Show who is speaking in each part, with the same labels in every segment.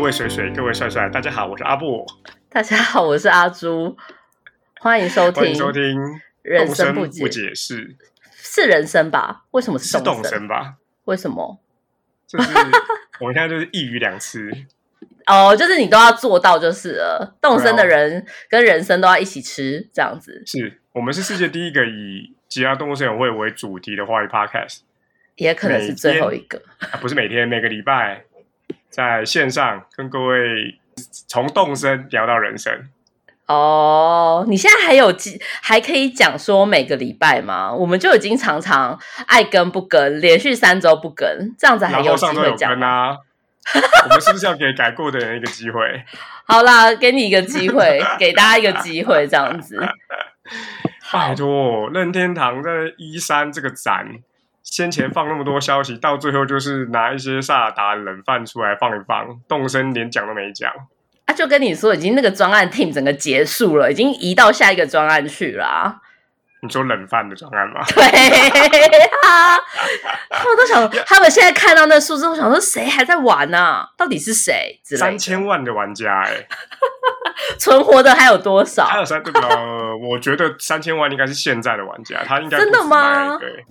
Speaker 1: 位水水，各位帅帅，大家好，我是阿布，
Speaker 2: 大家好，我是阿朱，欢迎收
Speaker 1: 欢迎
Speaker 2: 听。
Speaker 1: 收听
Speaker 2: 人
Speaker 1: 动
Speaker 2: 生
Speaker 1: 身
Speaker 2: 不
Speaker 1: 不
Speaker 2: 解
Speaker 1: 解释，
Speaker 2: 是人生吧？为什么是
Speaker 1: 是
Speaker 2: 动
Speaker 1: 动
Speaker 2: 声？
Speaker 1: 身 吧？
Speaker 2: 为什么？
Speaker 1: 就是我们现在就是一语两吃，
Speaker 2: 哦，就是你都要做到就是了。动身的
Speaker 1: 对啊
Speaker 2: 人跟人参都要一起吃，这样子
Speaker 1: 是我们是世界第一个以吉他动物森友会为主题的话语 podcast，
Speaker 2: 也可能是最后一个。
Speaker 1: 啊不是每天每个礼拜在线上跟各位从动身聊到人 生，
Speaker 2: 哦，你现在还有记还可以讲说每个礼拜吗？我们就已经常常爱跟不跟，连续三周不跟，这样子还
Speaker 1: 然后
Speaker 2: 机
Speaker 1: 上周
Speaker 2: 会
Speaker 1: 有
Speaker 2: 讲
Speaker 1: 跟
Speaker 2: 吗。
Speaker 1: 啊，我们是不是要给改过的人一个机会？
Speaker 2: 好啦，给你一个机会，给大家一个机会，这样子。好
Speaker 1: 拜，托，任天堂在一三这个展，先前放那么多消息，到最后就是拿一些萨尔达冷饭出来放一放，动身连讲都没讲。
Speaker 2: 啊，就跟你说，已经那个专案 team 整个结束了，已经移到下一个专案去啦、
Speaker 1: 你说冷饭的专案吗？
Speaker 2: 对啊，他们都想，他们现在看到那数字，我想说谁还在玩呢、到底是谁之类
Speaker 1: 三
Speaker 2: 的？
Speaker 1: 千万的玩家、欸，
Speaker 2: 存活的还有多
Speaker 1: 哎，还
Speaker 2: 少？
Speaker 1: 有三呃，我觉得三千万应该是现在的玩家，他应该
Speaker 2: 真的
Speaker 1: 不止卖
Speaker 2: 吗
Speaker 1: 对，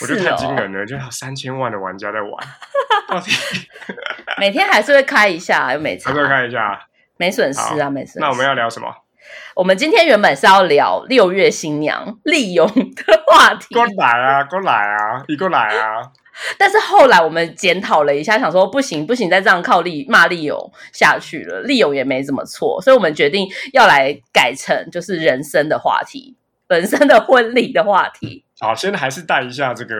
Speaker 1: 我觉
Speaker 2: 是
Speaker 1: 得太惊
Speaker 2: 哦，
Speaker 1: 人了，就有三千万的玩家在 玩，到底
Speaker 2: 每天还是会开一下，又没差
Speaker 1: 咱，们看一下。
Speaker 2: 没损失啊，
Speaker 1: 好
Speaker 2: 没损失。
Speaker 1: 那我们要聊什么？
Speaker 2: 我们今天原本是要聊六月新娘丽勇的话题
Speaker 1: 过，来啊，过来啊，你过来啊！
Speaker 2: 但是后来我们检讨了一下，想说不行不行，再这样靠利骂利友下去了，利友也没怎么错，所以我们决定要来改成就是人生的话题， 人生的婚礼的话题，
Speaker 1: 好，先还是带一下这个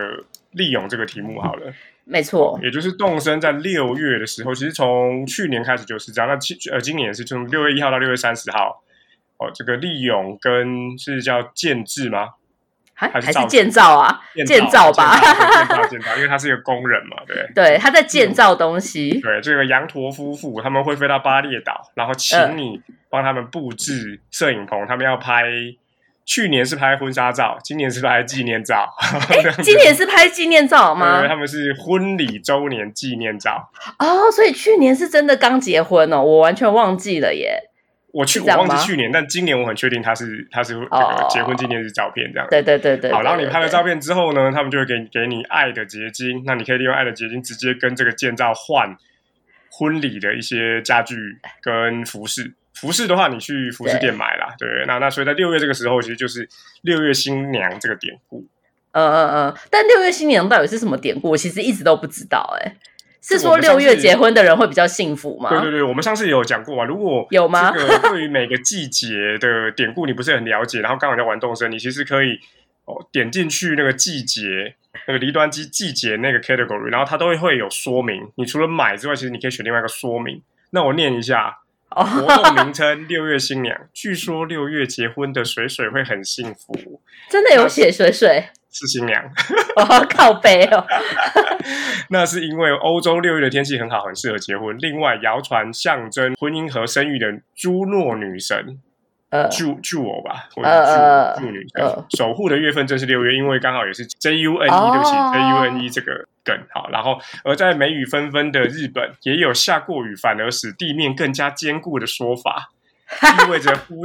Speaker 1: 利用这个题目好了。
Speaker 2: 没错，
Speaker 1: 也就是动身在六月的时候，其实从去年开始就是这样。那去呃，今年也是从六月一号到六月三十号。哦，这个利勇跟是叫建制吗？
Speaker 2: 还
Speaker 1: 还是
Speaker 2: 还
Speaker 1: 造
Speaker 2: 是建造啊，建造吧，
Speaker 1: 建造建造，因为他是一个工人嘛，对
Speaker 2: 对，他在建造 东西，
Speaker 1: 对。这个羊驼夫妇他们会飞到巴列岛，然后
Speaker 2: 嗯
Speaker 1: 请你帮他们布置摄影棚，他们要拍。去年是拍婚纱照，今年是拍纪念照。
Speaker 2: 哎，今年是拍纪念照
Speaker 1: 呃，
Speaker 2: 吗？
Speaker 1: 他们是婚礼周年纪念照。
Speaker 2: 哦，所以去年是真的刚结婚哦，我完全忘记了耶。
Speaker 1: 我去
Speaker 2: 是
Speaker 1: 我
Speaker 2: 这样
Speaker 1: 忘记
Speaker 2: 吗
Speaker 1: 去年，但今年我很确定他是他是那
Speaker 2: 哦
Speaker 1: 个结婚纪念日照片这样。
Speaker 2: 对对对对，
Speaker 1: 好，然后
Speaker 2: 对
Speaker 1: 你拍了
Speaker 2: 对
Speaker 1: 照片之后呢，他们就会给你给你爱的结晶，那你可以利用爱的结晶直接跟这个建造换婚礼的一些家具跟服饰。服饰的话，你去服饰店买啦，对不对？那那所以在六月这个时候，其实就是六月新娘这个典故。
Speaker 2: 嗯嗯嗯，但六月新娘到底是什么典故？我其实一直都不知道、欸。哎，是
Speaker 1: 我
Speaker 2: 说
Speaker 1: 们上
Speaker 2: 六
Speaker 1: 次
Speaker 2: 月结婚的人会比较幸福吗？
Speaker 1: 对对对，我们上次也有讲过嘛，如果
Speaker 2: 有吗
Speaker 1: 这个对于每个季节的典故你不是很了解，然后刚好在玩动身，你其实可以哦点进去那个季节。那个离端机季节那个 category，然后它都会会有说明。你除了买之外，其实你可以选另外一个说明。那我念一 下活
Speaker 2: 哦，
Speaker 1: 动名称：六月新娘。据说六月结婚的水水会很幸福，
Speaker 2: 真的有血水水，
Speaker 1: 是新娘。
Speaker 2: 哦，靠背哦，
Speaker 1: 那是因为欧洲六月的天气很好，很适合结婚。另外，谣传象征婚姻和生育的朱诺女神
Speaker 2: 呃，
Speaker 1: 祝祝我吧，或
Speaker 2: 呃
Speaker 1: 者祝祝女
Speaker 2: 呃
Speaker 1: 神。守护的月份正是六月，因为刚好也是 J U N E，、
Speaker 2: 哦
Speaker 1: 对不起，J U N E 这个梗好。然后，而在梅雨纷纷的日本，也有下过雨反而使地面更加坚固的说法，意味着夫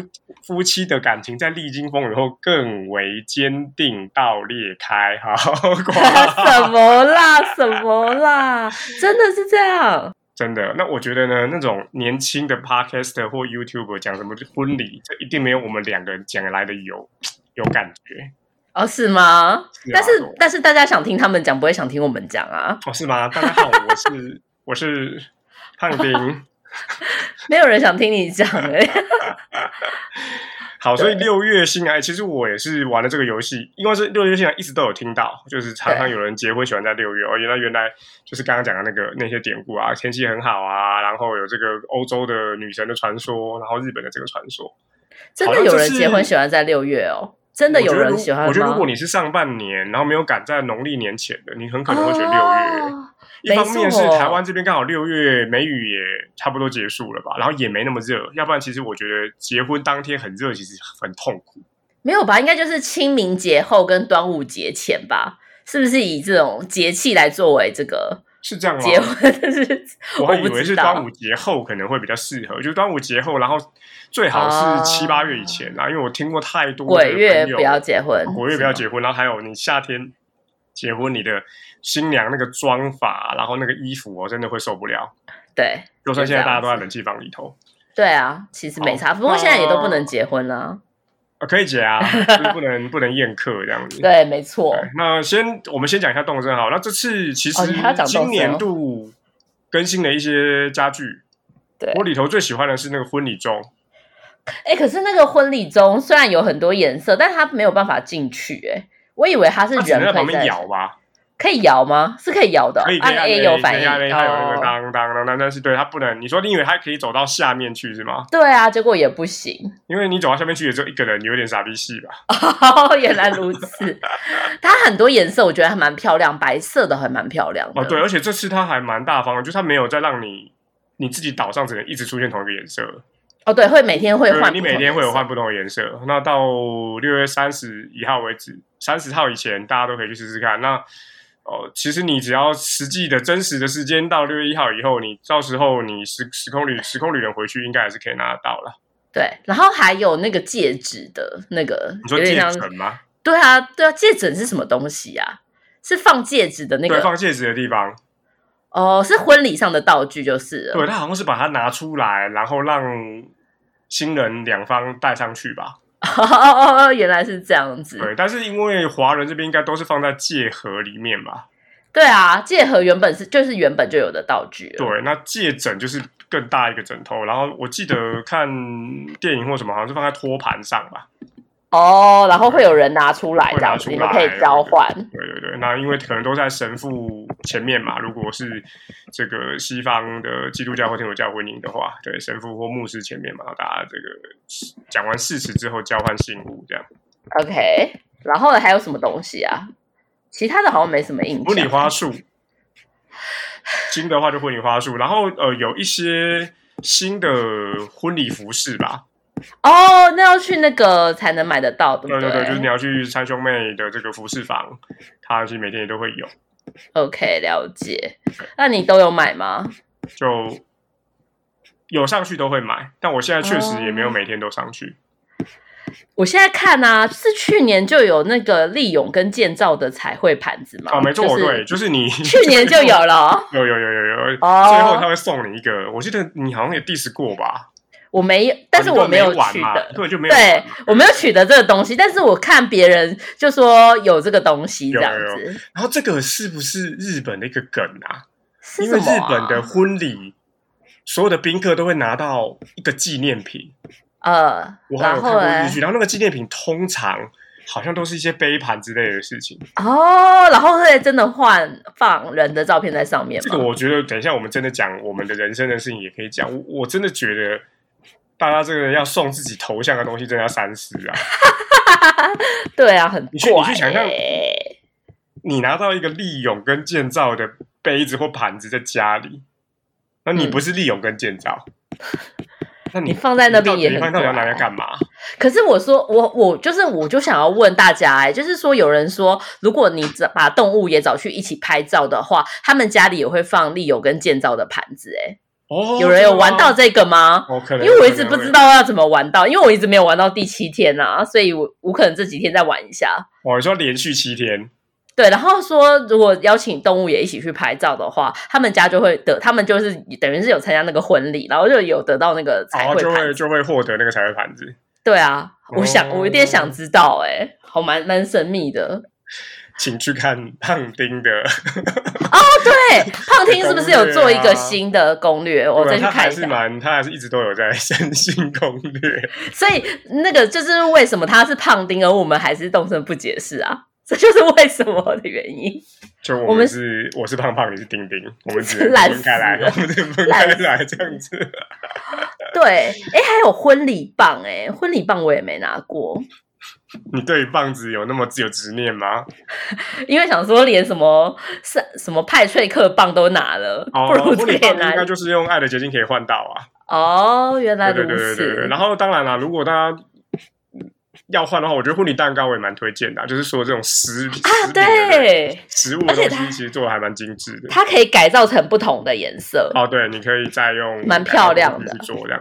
Speaker 1: 夫妻的感情在历经风雨后更为坚定到裂开。好，
Speaker 2: 什么啦，什么啦，真的是这样。
Speaker 1: 真的，那我觉得呢，那种年轻的 podcaster 或 YouTuber 讲什么婚礼，这一定没有我们两个人讲来的有有感觉。
Speaker 2: 哦，是吗？
Speaker 1: 是啊
Speaker 2: 但是
Speaker 1: 我
Speaker 2: 但是大家想听他们讲，不会想听我们讲啊。
Speaker 1: 哦，是吗？大家好，我 是我是汉丁。
Speaker 2: 没有人想听 你讲哎、
Speaker 1: 好，所以六月新娘，哎其实我也是玩了这个游戏，因为是六月新娘一直都有听到，就是常常有人结婚喜欢在六月哦，原来原来就是刚刚讲的那个那些典故啊，天气很好啊，然后有这个欧洲的女神的传说，然后日本的这个传说，
Speaker 2: 真
Speaker 1: 好
Speaker 2: 的
Speaker 1: 像
Speaker 2: 有
Speaker 1: 这
Speaker 2: 人
Speaker 1: 是
Speaker 2: 结婚喜欢在六月哦，真的有人喜欢吗？
Speaker 1: 我觉得如。我觉得如果你是上半年，然后没有赶在农历年前的，你很可能会选六月。欸
Speaker 2: 哦
Speaker 1: 一方面是
Speaker 2: 没错
Speaker 1: 台湾这边刚好六月梅雨也差不多结束了吧，然后也没那么热，要不然其实我觉得结婚当天很热，其实很痛苦。
Speaker 2: 没有吧？应该就是清明节后跟端午节前吧？是不是以这种节气来作为这个
Speaker 1: 是这样吗？
Speaker 2: 结婚，但是
Speaker 1: 我还以为
Speaker 2: 不知
Speaker 1: 是
Speaker 2: 道
Speaker 1: 端午节后可能会比较适合，就端午节后，然后最好
Speaker 2: 哦
Speaker 1: 是七八月以前啦，因为我听过太多的
Speaker 2: 鬼月
Speaker 1: 朋友哦
Speaker 2: 不要结婚，
Speaker 1: 鬼月不要
Speaker 2: 是吗
Speaker 1: 结婚，然后还有你夏天结婚，你的新娘那个妆法，然后那个衣服，我真的会受不了。
Speaker 2: 对
Speaker 1: 就算现在大家都在
Speaker 2: 就这样子
Speaker 1: 冷气房里头，
Speaker 2: 对啊，其实没差，不过现在也都不
Speaker 1: 哦
Speaker 2: 能结婚了、
Speaker 1: 啊，可以结啊，就是不能 不能宴客这样子。
Speaker 2: 对，没错，
Speaker 1: 对，那先我们先讲一下动身好了，那这次其实
Speaker 2: 哦你还要讲动身哦
Speaker 1: 今年度更新了一些家具，
Speaker 2: 对。
Speaker 1: 我里头最喜欢的是那个婚礼钟，
Speaker 2: 哎、可是那个婚礼中虽然有很多颜色，但它没有办法进去、哎，我以为它是
Speaker 1: 它只能
Speaker 2: 人
Speaker 1: 在
Speaker 2: 可
Speaker 1: 旁
Speaker 2: 以
Speaker 1: 边
Speaker 2: 在，
Speaker 1: 摇吧，
Speaker 2: 可以摇吗？是可以摇的哦，
Speaker 1: 可以可以
Speaker 2: 按 A 有反应
Speaker 1: 按 A 它有那个
Speaker 2: 哦。
Speaker 1: 当当当当，但是对它不能，你说你以为它可以走到下面去是吗？
Speaker 2: 对啊，结果也不行。
Speaker 1: 因为你走到下面去也只有一个人，你有点傻逼戏吧？
Speaker 2: 哦， 原来如此。它很多颜色，我觉得还蛮漂亮，白色的还蛮漂亮的。
Speaker 1: 哦，对，而且这次它还蛮大方的，就是它没有再让你你自己岛上只能一直出现同一个颜色，
Speaker 2: 哦，对，会每天会
Speaker 1: 对
Speaker 2: 换，
Speaker 1: 你每天会有换。不同的颜色。那到六月三十一号为止，三十号以前大家都可以去试试看。那哦，其实你只要实际的真实的时间到六月一号以后，你到时候你时时空 旅时空旅人回去，应该还是可以拿得到了。
Speaker 2: 对，然后还有那个戒指的那个，
Speaker 1: 你
Speaker 2: 有
Speaker 1: 说
Speaker 2: 点
Speaker 1: 戒
Speaker 2: 像。
Speaker 1: 指吗？
Speaker 2: 对啊，对啊，戒指是什么东西啊？是放戒指的那
Speaker 1: 对，
Speaker 2: 个
Speaker 1: 放戒指的地方，
Speaker 2: 哦，是婚礼上的道具就是了。
Speaker 1: 对，他好像是把它拿出来，然后让新人两方带上去吧。
Speaker 2: 哦哦哦，原来是这样子。
Speaker 1: 对，但是因为华人这边应该都是放在戒盒里面吧？
Speaker 2: 对啊，戒盒原本是就是原本就有的道具了。
Speaker 1: 对，那戒枕就是更大一个枕头，然后我记得看电影或什么，好像是放在托盘上吧？
Speaker 2: 哦，然后会有人拿出来
Speaker 1: 会
Speaker 2: 这样
Speaker 1: 拿
Speaker 2: 子，
Speaker 1: 出
Speaker 2: 你
Speaker 1: 来
Speaker 2: 们可以交换。
Speaker 1: 对对对，那因为可能都在神父前面嘛，如果是这个西方的基督教或天主教婚姻的话，对，神父或牧师前面嘛，然后大家这个讲完誓词之后交换信物这样。
Speaker 2: OK，然后还有什么东西啊？其他的好像没什么印象。
Speaker 1: 婚礼花束， 新的话就婚礼花束，然后呃有一些新的婚礼服饰吧，
Speaker 2: 哦，那要去那个才能买得到，对不
Speaker 1: 对对
Speaker 2: 对
Speaker 1: 对，就是你要去三兄妹的这个服饰房，它其实每天也都会有。
Speaker 2: OK，了解。那你都有买吗？
Speaker 1: 就有上去都会买，但我现在确实也没有
Speaker 2: 哦
Speaker 1: 每天都上去。
Speaker 2: 我现在看啊，是去年就有那个利勇跟建造的彩绘盘子嘛？
Speaker 1: 哦，没错，
Speaker 2: 就是
Speaker 1: 对，就是你
Speaker 2: 啊去年就有了哦。
Speaker 1: 有有有有有，
Speaker 2: 哦
Speaker 1: 最后他会送你一个，我记得你好像也 diss 过吧？哦
Speaker 2: 我没有，但是我
Speaker 1: 啊没
Speaker 2: 有
Speaker 1: 玩
Speaker 2: 取
Speaker 1: 嘛
Speaker 2: 得，，
Speaker 1: 对，就没有
Speaker 2: 对
Speaker 1: 玩
Speaker 2: 我没有取得这个东西，但是我看别人就说有这个东西这
Speaker 1: 有
Speaker 2: 样
Speaker 1: 有有
Speaker 2: 子，
Speaker 1: 然后这个是不是日本的一个梗啊？
Speaker 2: 是
Speaker 1: 因为
Speaker 2: 什么
Speaker 1: 日
Speaker 2: 啊、
Speaker 1: 本的婚礼，所有的宾客都会拿到一个纪念品。
Speaker 2: 呃，
Speaker 1: 我还有看
Speaker 2: 然后
Speaker 1: 过
Speaker 2: 嘞
Speaker 1: 日剧，然后那个纪念品通常好像都是一些杯盘之类的事情。
Speaker 2: 哦，然后会真的换放人的照片在上面
Speaker 1: 这个
Speaker 2: 吗？
Speaker 1: 我觉得，等一下我们真的讲我们的人生的事情也可以讲。我我真的觉得，大家这个要送自己头像的东西，真的要三思啊！
Speaker 2: 对啊，很
Speaker 1: 你去你
Speaker 2: 怪、
Speaker 1: 去想象嗯
Speaker 2: 欸。
Speaker 1: 你拿到一个利勇跟建造的杯子或盘子在家里，那你
Speaker 2: 嗯
Speaker 1: 不是利勇跟建造，那
Speaker 2: 你
Speaker 1: 你
Speaker 2: 放在那边也
Speaker 1: 你
Speaker 2: 很啊
Speaker 1: 到底你到底要拿来
Speaker 2: 怪。
Speaker 1: 干嘛？
Speaker 2: 可是我说，我我就是我就想要问大家、欸，就是说有人说，如果你找把动物也找去一起拍照的话，他们家里也会放利友跟建造的盘子、欸，
Speaker 1: 哦，
Speaker 2: 有人有玩到
Speaker 1: 这，
Speaker 2: 这个吗？
Speaker 1: 哦，可能
Speaker 2: 因为我一直不知。道要怎么玩到，因为我一直没有玩到第七天啊，所以我我可能这几天再玩一下。
Speaker 1: 我哦说连续七天，
Speaker 2: 对，然后说如果邀请动物也一起去拍照的话，他们家就会得，他们就是等于是有参加那个婚礼，然后就有得到那个
Speaker 1: 然
Speaker 2: 彩
Speaker 1: 后
Speaker 2: 绘
Speaker 1: 哦就
Speaker 2: 盘
Speaker 1: 会
Speaker 2: 子。
Speaker 1: 就会获得那个彩绘盘子。
Speaker 2: 对啊，我想、
Speaker 1: 哦
Speaker 2: 我有点想知道、欸，哎，好蛮蛮神秘 的。
Speaker 1: 请去看胖丁的，
Speaker 2: 对，胖听是不是有做一个新的攻略？ 我再去
Speaker 1: 啊他
Speaker 2: 看
Speaker 1: 还
Speaker 2: 一
Speaker 1: 是
Speaker 2: 下。
Speaker 1: 蛮，他还是一直都有在 身心攻略。
Speaker 2: 所以那个就是为什么他是胖丁，而我们还是动身不解释啊？这就是为什么的原因。
Speaker 1: 就
Speaker 2: 我
Speaker 1: 我
Speaker 2: 们
Speaker 1: 们是我是胖胖，你是丁 丁，我们只
Speaker 2: 懒
Speaker 1: 能分开来
Speaker 2: 死了，
Speaker 1: 我们只能分
Speaker 2: 懒
Speaker 1: 开
Speaker 2: 死
Speaker 1: 来这样子。
Speaker 2: 对，哎，还有婚礼棒，哎，婚礼棒我也没拿过，
Speaker 1: 你对于棒子有那么有执念吗？
Speaker 2: 因为想说连什么什什么派翠克棒都拿了，
Speaker 1: 哦
Speaker 2: 不，如
Speaker 1: 婚
Speaker 2: 这
Speaker 1: 礼
Speaker 2: 也
Speaker 1: 棒应
Speaker 2: 拿
Speaker 1: 该就是用爱的结晶可以换到啊。
Speaker 2: 哦，原来
Speaker 1: 对对
Speaker 2: 如
Speaker 1: 对对对对。
Speaker 2: 此，
Speaker 1: 然后当然啦，如果大家要换的话，我觉得婚礼蛋糕我也蛮推荐的啊、就是说这种食食，
Speaker 2: 啊
Speaker 1: 品的
Speaker 2: 对，
Speaker 1: 食物的
Speaker 2: 而且
Speaker 1: 东
Speaker 2: 它
Speaker 1: 西，其实做的还蛮精致的。
Speaker 2: 它可以改造成不同的颜色。
Speaker 1: 哦，对，你可以再用
Speaker 2: 蛮漂亮的
Speaker 1: 去做这样。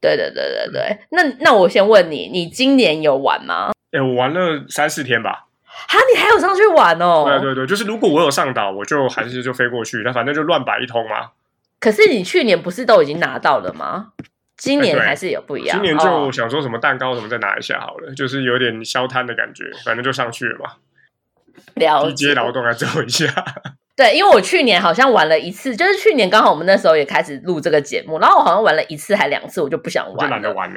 Speaker 2: 对对对
Speaker 1: 嗯
Speaker 2: 对对。那那我先问你，你今年有玩吗？
Speaker 1: 哎，我玩了三四天吧。
Speaker 2: 哈，你还有上去玩哦？
Speaker 1: 对啊对对，就是如果我有上岛，我就还是就飞过去，那反正就乱摆一通嘛。
Speaker 2: 可是你去年不是都已经拿到了吗？今年
Speaker 1: 哎对
Speaker 2: 还是有不一样。
Speaker 1: 今年
Speaker 2: 哦
Speaker 1: 就想说什么蛋糕什么再拿一下好了，就是有点消摊的感觉，反正就上去了嘛，
Speaker 2: 了
Speaker 1: 低阶
Speaker 2: 解
Speaker 1: 劳动来做一下。
Speaker 2: 对，因为我去年好像玩了一次，就是去年刚好我们那时候也开始录这个节目，然后我好像玩了一次还两次，我就不想
Speaker 1: 我就
Speaker 2: 玩
Speaker 1: 懒得
Speaker 2: 了。
Speaker 1: 玩了。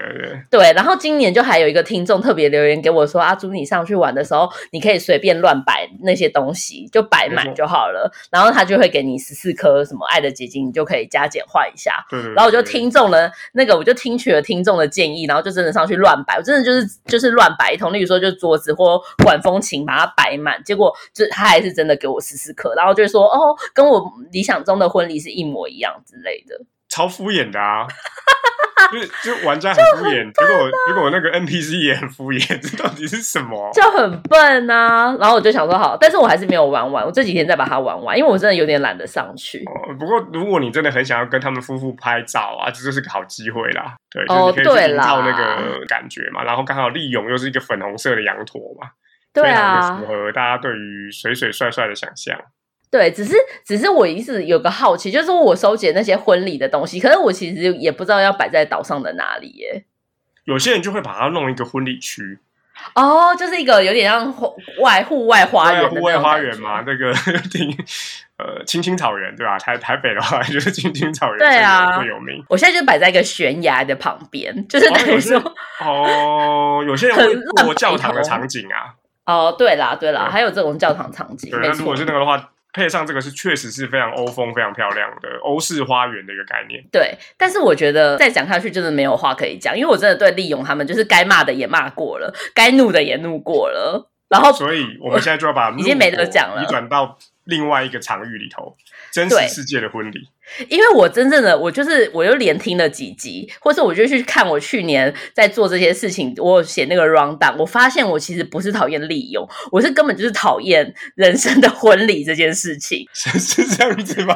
Speaker 1: 对，
Speaker 2: 对，然后今年就还有一个听众特别留言给我说：“阿啊朱，你上去玩的时候，你可以随便乱摆那些东西，就摆满
Speaker 1: 没错
Speaker 2: 就好了。然后他就会给你十四颗什么爱的结晶，你就可以加减换一下。
Speaker 1: 对对对
Speaker 2: 然后我就，听中了那个，我就听取了听众的建议，然后就真的上去乱摆，我真的就是就是乱摆一通，例如说就桌子或管风琴把它摆满，结果就他还是真的给我十四颗，然后就说哦，跟我理想中的婚礼是一模一样之类的。
Speaker 1: 超敷衍的 啊。就是就是玩家很敷衍，结果结果那个 NPC 也很敷衍，这到底是什么？
Speaker 2: 就很笨啊，然后我就想说好，但是我还是没有玩完，我这几天再把它玩完，因为我真的有点懒得上去。
Speaker 1: 哦不过如果你真的很想要跟他们夫妇拍照啊，这就是个好机会啦。对，就是
Speaker 2: 哦
Speaker 1: 你可以去营造那
Speaker 2: 对啦
Speaker 1: 个感觉嘛。然后刚好利勇又是一个粉红色的羊驼嘛，
Speaker 2: 对
Speaker 1: 非常
Speaker 2: 啊
Speaker 1: 的符，合大家对于水水帅帅的想象。
Speaker 2: 对，只是只是我一直有个好奇，就是我收集那些婚礼的东西，可是我其实也不知道要摆在岛上的哪里耶、
Speaker 1: 有些人就会把它弄一个婚礼区，
Speaker 2: 哦，就是一个有点像户外户外花园
Speaker 1: 对啊
Speaker 2: 的那
Speaker 1: 户
Speaker 2: 种
Speaker 1: 外花园
Speaker 2: 感觉
Speaker 1: 嘛，。那个 挺呃青青草原对吧？台台北的话 就是青青草原
Speaker 2: 对
Speaker 1: 最有
Speaker 2: 啊
Speaker 1: 最有名
Speaker 2: 我现在就摆在一个悬崖的旁边，就是
Speaker 1: 哦
Speaker 2: 等于
Speaker 1: 有些
Speaker 2: 说，
Speaker 1: 哦。有些人
Speaker 2: 很
Speaker 1: 会
Speaker 2: 乱
Speaker 1: 过教堂
Speaker 2: 北
Speaker 1: 的
Speaker 2: 头
Speaker 1: 场景啊，
Speaker 2: 哦，对啦对啦，
Speaker 1: 对
Speaker 2: 还有这种教堂场景，
Speaker 1: 对。
Speaker 2: 没
Speaker 1: 那如
Speaker 2: 错
Speaker 1: 果，是那个的话，配上这个是确实是非常欧风、非常漂亮的欧式花园的一个概念。
Speaker 2: 对。但是我觉得再讲下去真的没有话可以讲，因为我真的对利勇他们就是该骂的也骂过了，该怒的也怒过了，然后
Speaker 1: 所以我们现在就要把
Speaker 2: 已经没得讲了
Speaker 1: 你转到另外一个场域里头，真实
Speaker 2: 对
Speaker 1: 世界的婚礼。
Speaker 2: 因为我真正的我就是，我又连听了几集，或是我就去看我去年在做这些事情，我有写那个 round down，我发现我其实不是讨厌利用，我是根本就是讨厌人生的婚礼这件事情。
Speaker 1: 是是这样子吗？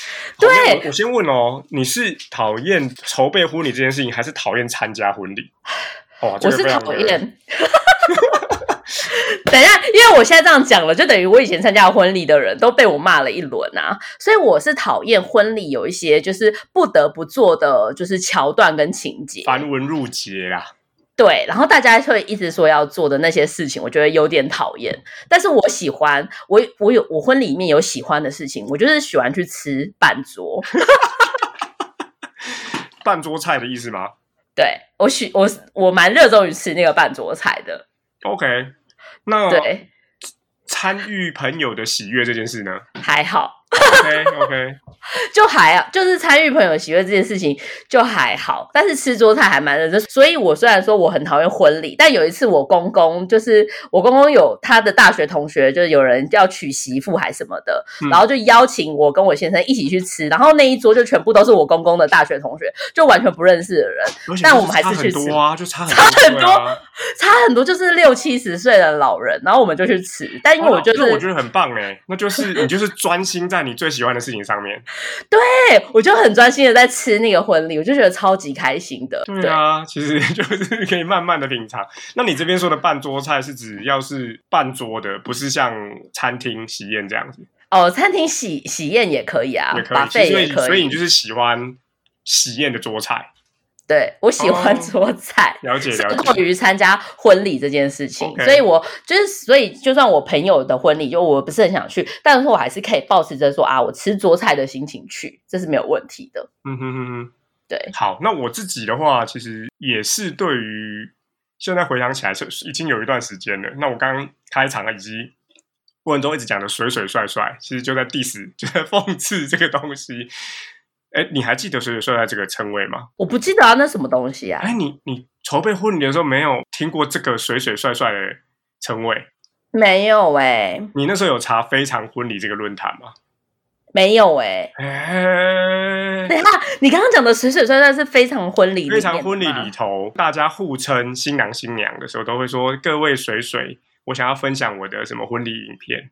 Speaker 2: 对
Speaker 1: 好那我我先问哦，你是讨厌筹备婚礼这件事情，还是讨厌参加婚礼？哦，这个
Speaker 2: 我是
Speaker 1: 非常
Speaker 2: 讨
Speaker 1: 的
Speaker 2: 厌。 等一下，因为我现在这样讲了，就等于我以前参加的婚礼的人都被我骂了一轮啊，所以我是讨厌婚礼有一些就是不得不做的就是桥段跟情节。
Speaker 1: 繁文缛节啦。
Speaker 2: 对，然后大家会一直说要做的那些事情，我觉得有点讨厌。但是我喜欢，我我有我婚礼里面有喜欢的事情，我就是喜欢去吃半桌。
Speaker 1: 半桌菜的意思吗
Speaker 2: 对我喜我我蛮热衷于吃那个半桌菜的。
Speaker 1: ？OK，那
Speaker 2: 对，
Speaker 1: 参与朋友的喜悦这件事呢
Speaker 2: 还好，
Speaker 1: ？OK OK，
Speaker 2: 就还好就是参与朋友喜悦这件事情就还好，但是吃桌菜还蛮认真。所以我虽然说我很讨厌婚礼，但有一次我公公就是我公公有他的大学同学，就是有人要娶媳妇还什么的，
Speaker 1: 嗯
Speaker 2: 然后就邀请我跟我先生一起去吃，然后那一桌就全部都是我公公的大学同学，就完全不认识的人，
Speaker 1: 而且
Speaker 2: 但
Speaker 1: 就
Speaker 2: 我们还
Speaker 1: 差
Speaker 2: 是去
Speaker 1: 很
Speaker 2: 吃
Speaker 1: 多啊，就差很
Speaker 2: 差很
Speaker 1: 对啊
Speaker 2: 差很多，就是六七十岁的老人，然后我们就去吃，但因为
Speaker 1: 哦
Speaker 2: 我就
Speaker 1: 那我
Speaker 2: 是
Speaker 1: 觉得很棒哎，那就是你就是专心在你最喜欢的事情上面。
Speaker 2: 对，哎我就很专心的在吃那个婚礼，我就觉得超级开心的，
Speaker 1: 对啊，其实 就是可以慢慢的品尝。那你这边说的半桌菜是指要是半桌的，不是像餐厅喜宴这样子，
Speaker 2: 哦，餐厅喜喜宴也可以啊
Speaker 1: 也，可
Speaker 2: 把
Speaker 1: 以。其
Speaker 2: 费
Speaker 1: 实所
Speaker 2: 也
Speaker 1: 以
Speaker 2: 可
Speaker 1: 所以你就是喜欢喜宴的桌菜，
Speaker 2: 对我喜欢
Speaker 1: 哦
Speaker 2: 桌菜。
Speaker 1: 了解
Speaker 2: 胜
Speaker 1: 了
Speaker 2: 过
Speaker 1: 解。
Speaker 2: 于参加婚礼这件事情
Speaker 1: OK
Speaker 2: 所以我就是，所以就算我朋友的婚礼，就我不是很想去，但是我还是可以保持着说啊，我吃桌菜的心情去，这是没有问题的。
Speaker 1: 嗯哼哼哼，
Speaker 2: 对，
Speaker 1: 好。那我自己的话，其实也是对于现在回想起来是已经有一段时间了。那我刚刚开场以及过程中一直讲的水水帅帅，其实就在 diss，就 在讽刺这个东西。哎，你还记得水水帅帅这个称谓吗？
Speaker 2: 我不记得啊，那什么东西啊？
Speaker 1: 哎，你你筹备婚礼的时候没有听过这个水水帅帅的称谓？
Speaker 2: 没有哎、欸
Speaker 1: 你那时候有查“非常婚礼”这个论坛吗？
Speaker 2: 没有哎、
Speaker 1: 哎、
Speaker 2: 等一下，你刚刚讲的水水算算是非常婚礼，
Speaker 1: 非常婚礼里，头，大家互称新郎新娘的时候，都会说：“各位水水，我想要分享我的什么婚礼影片。”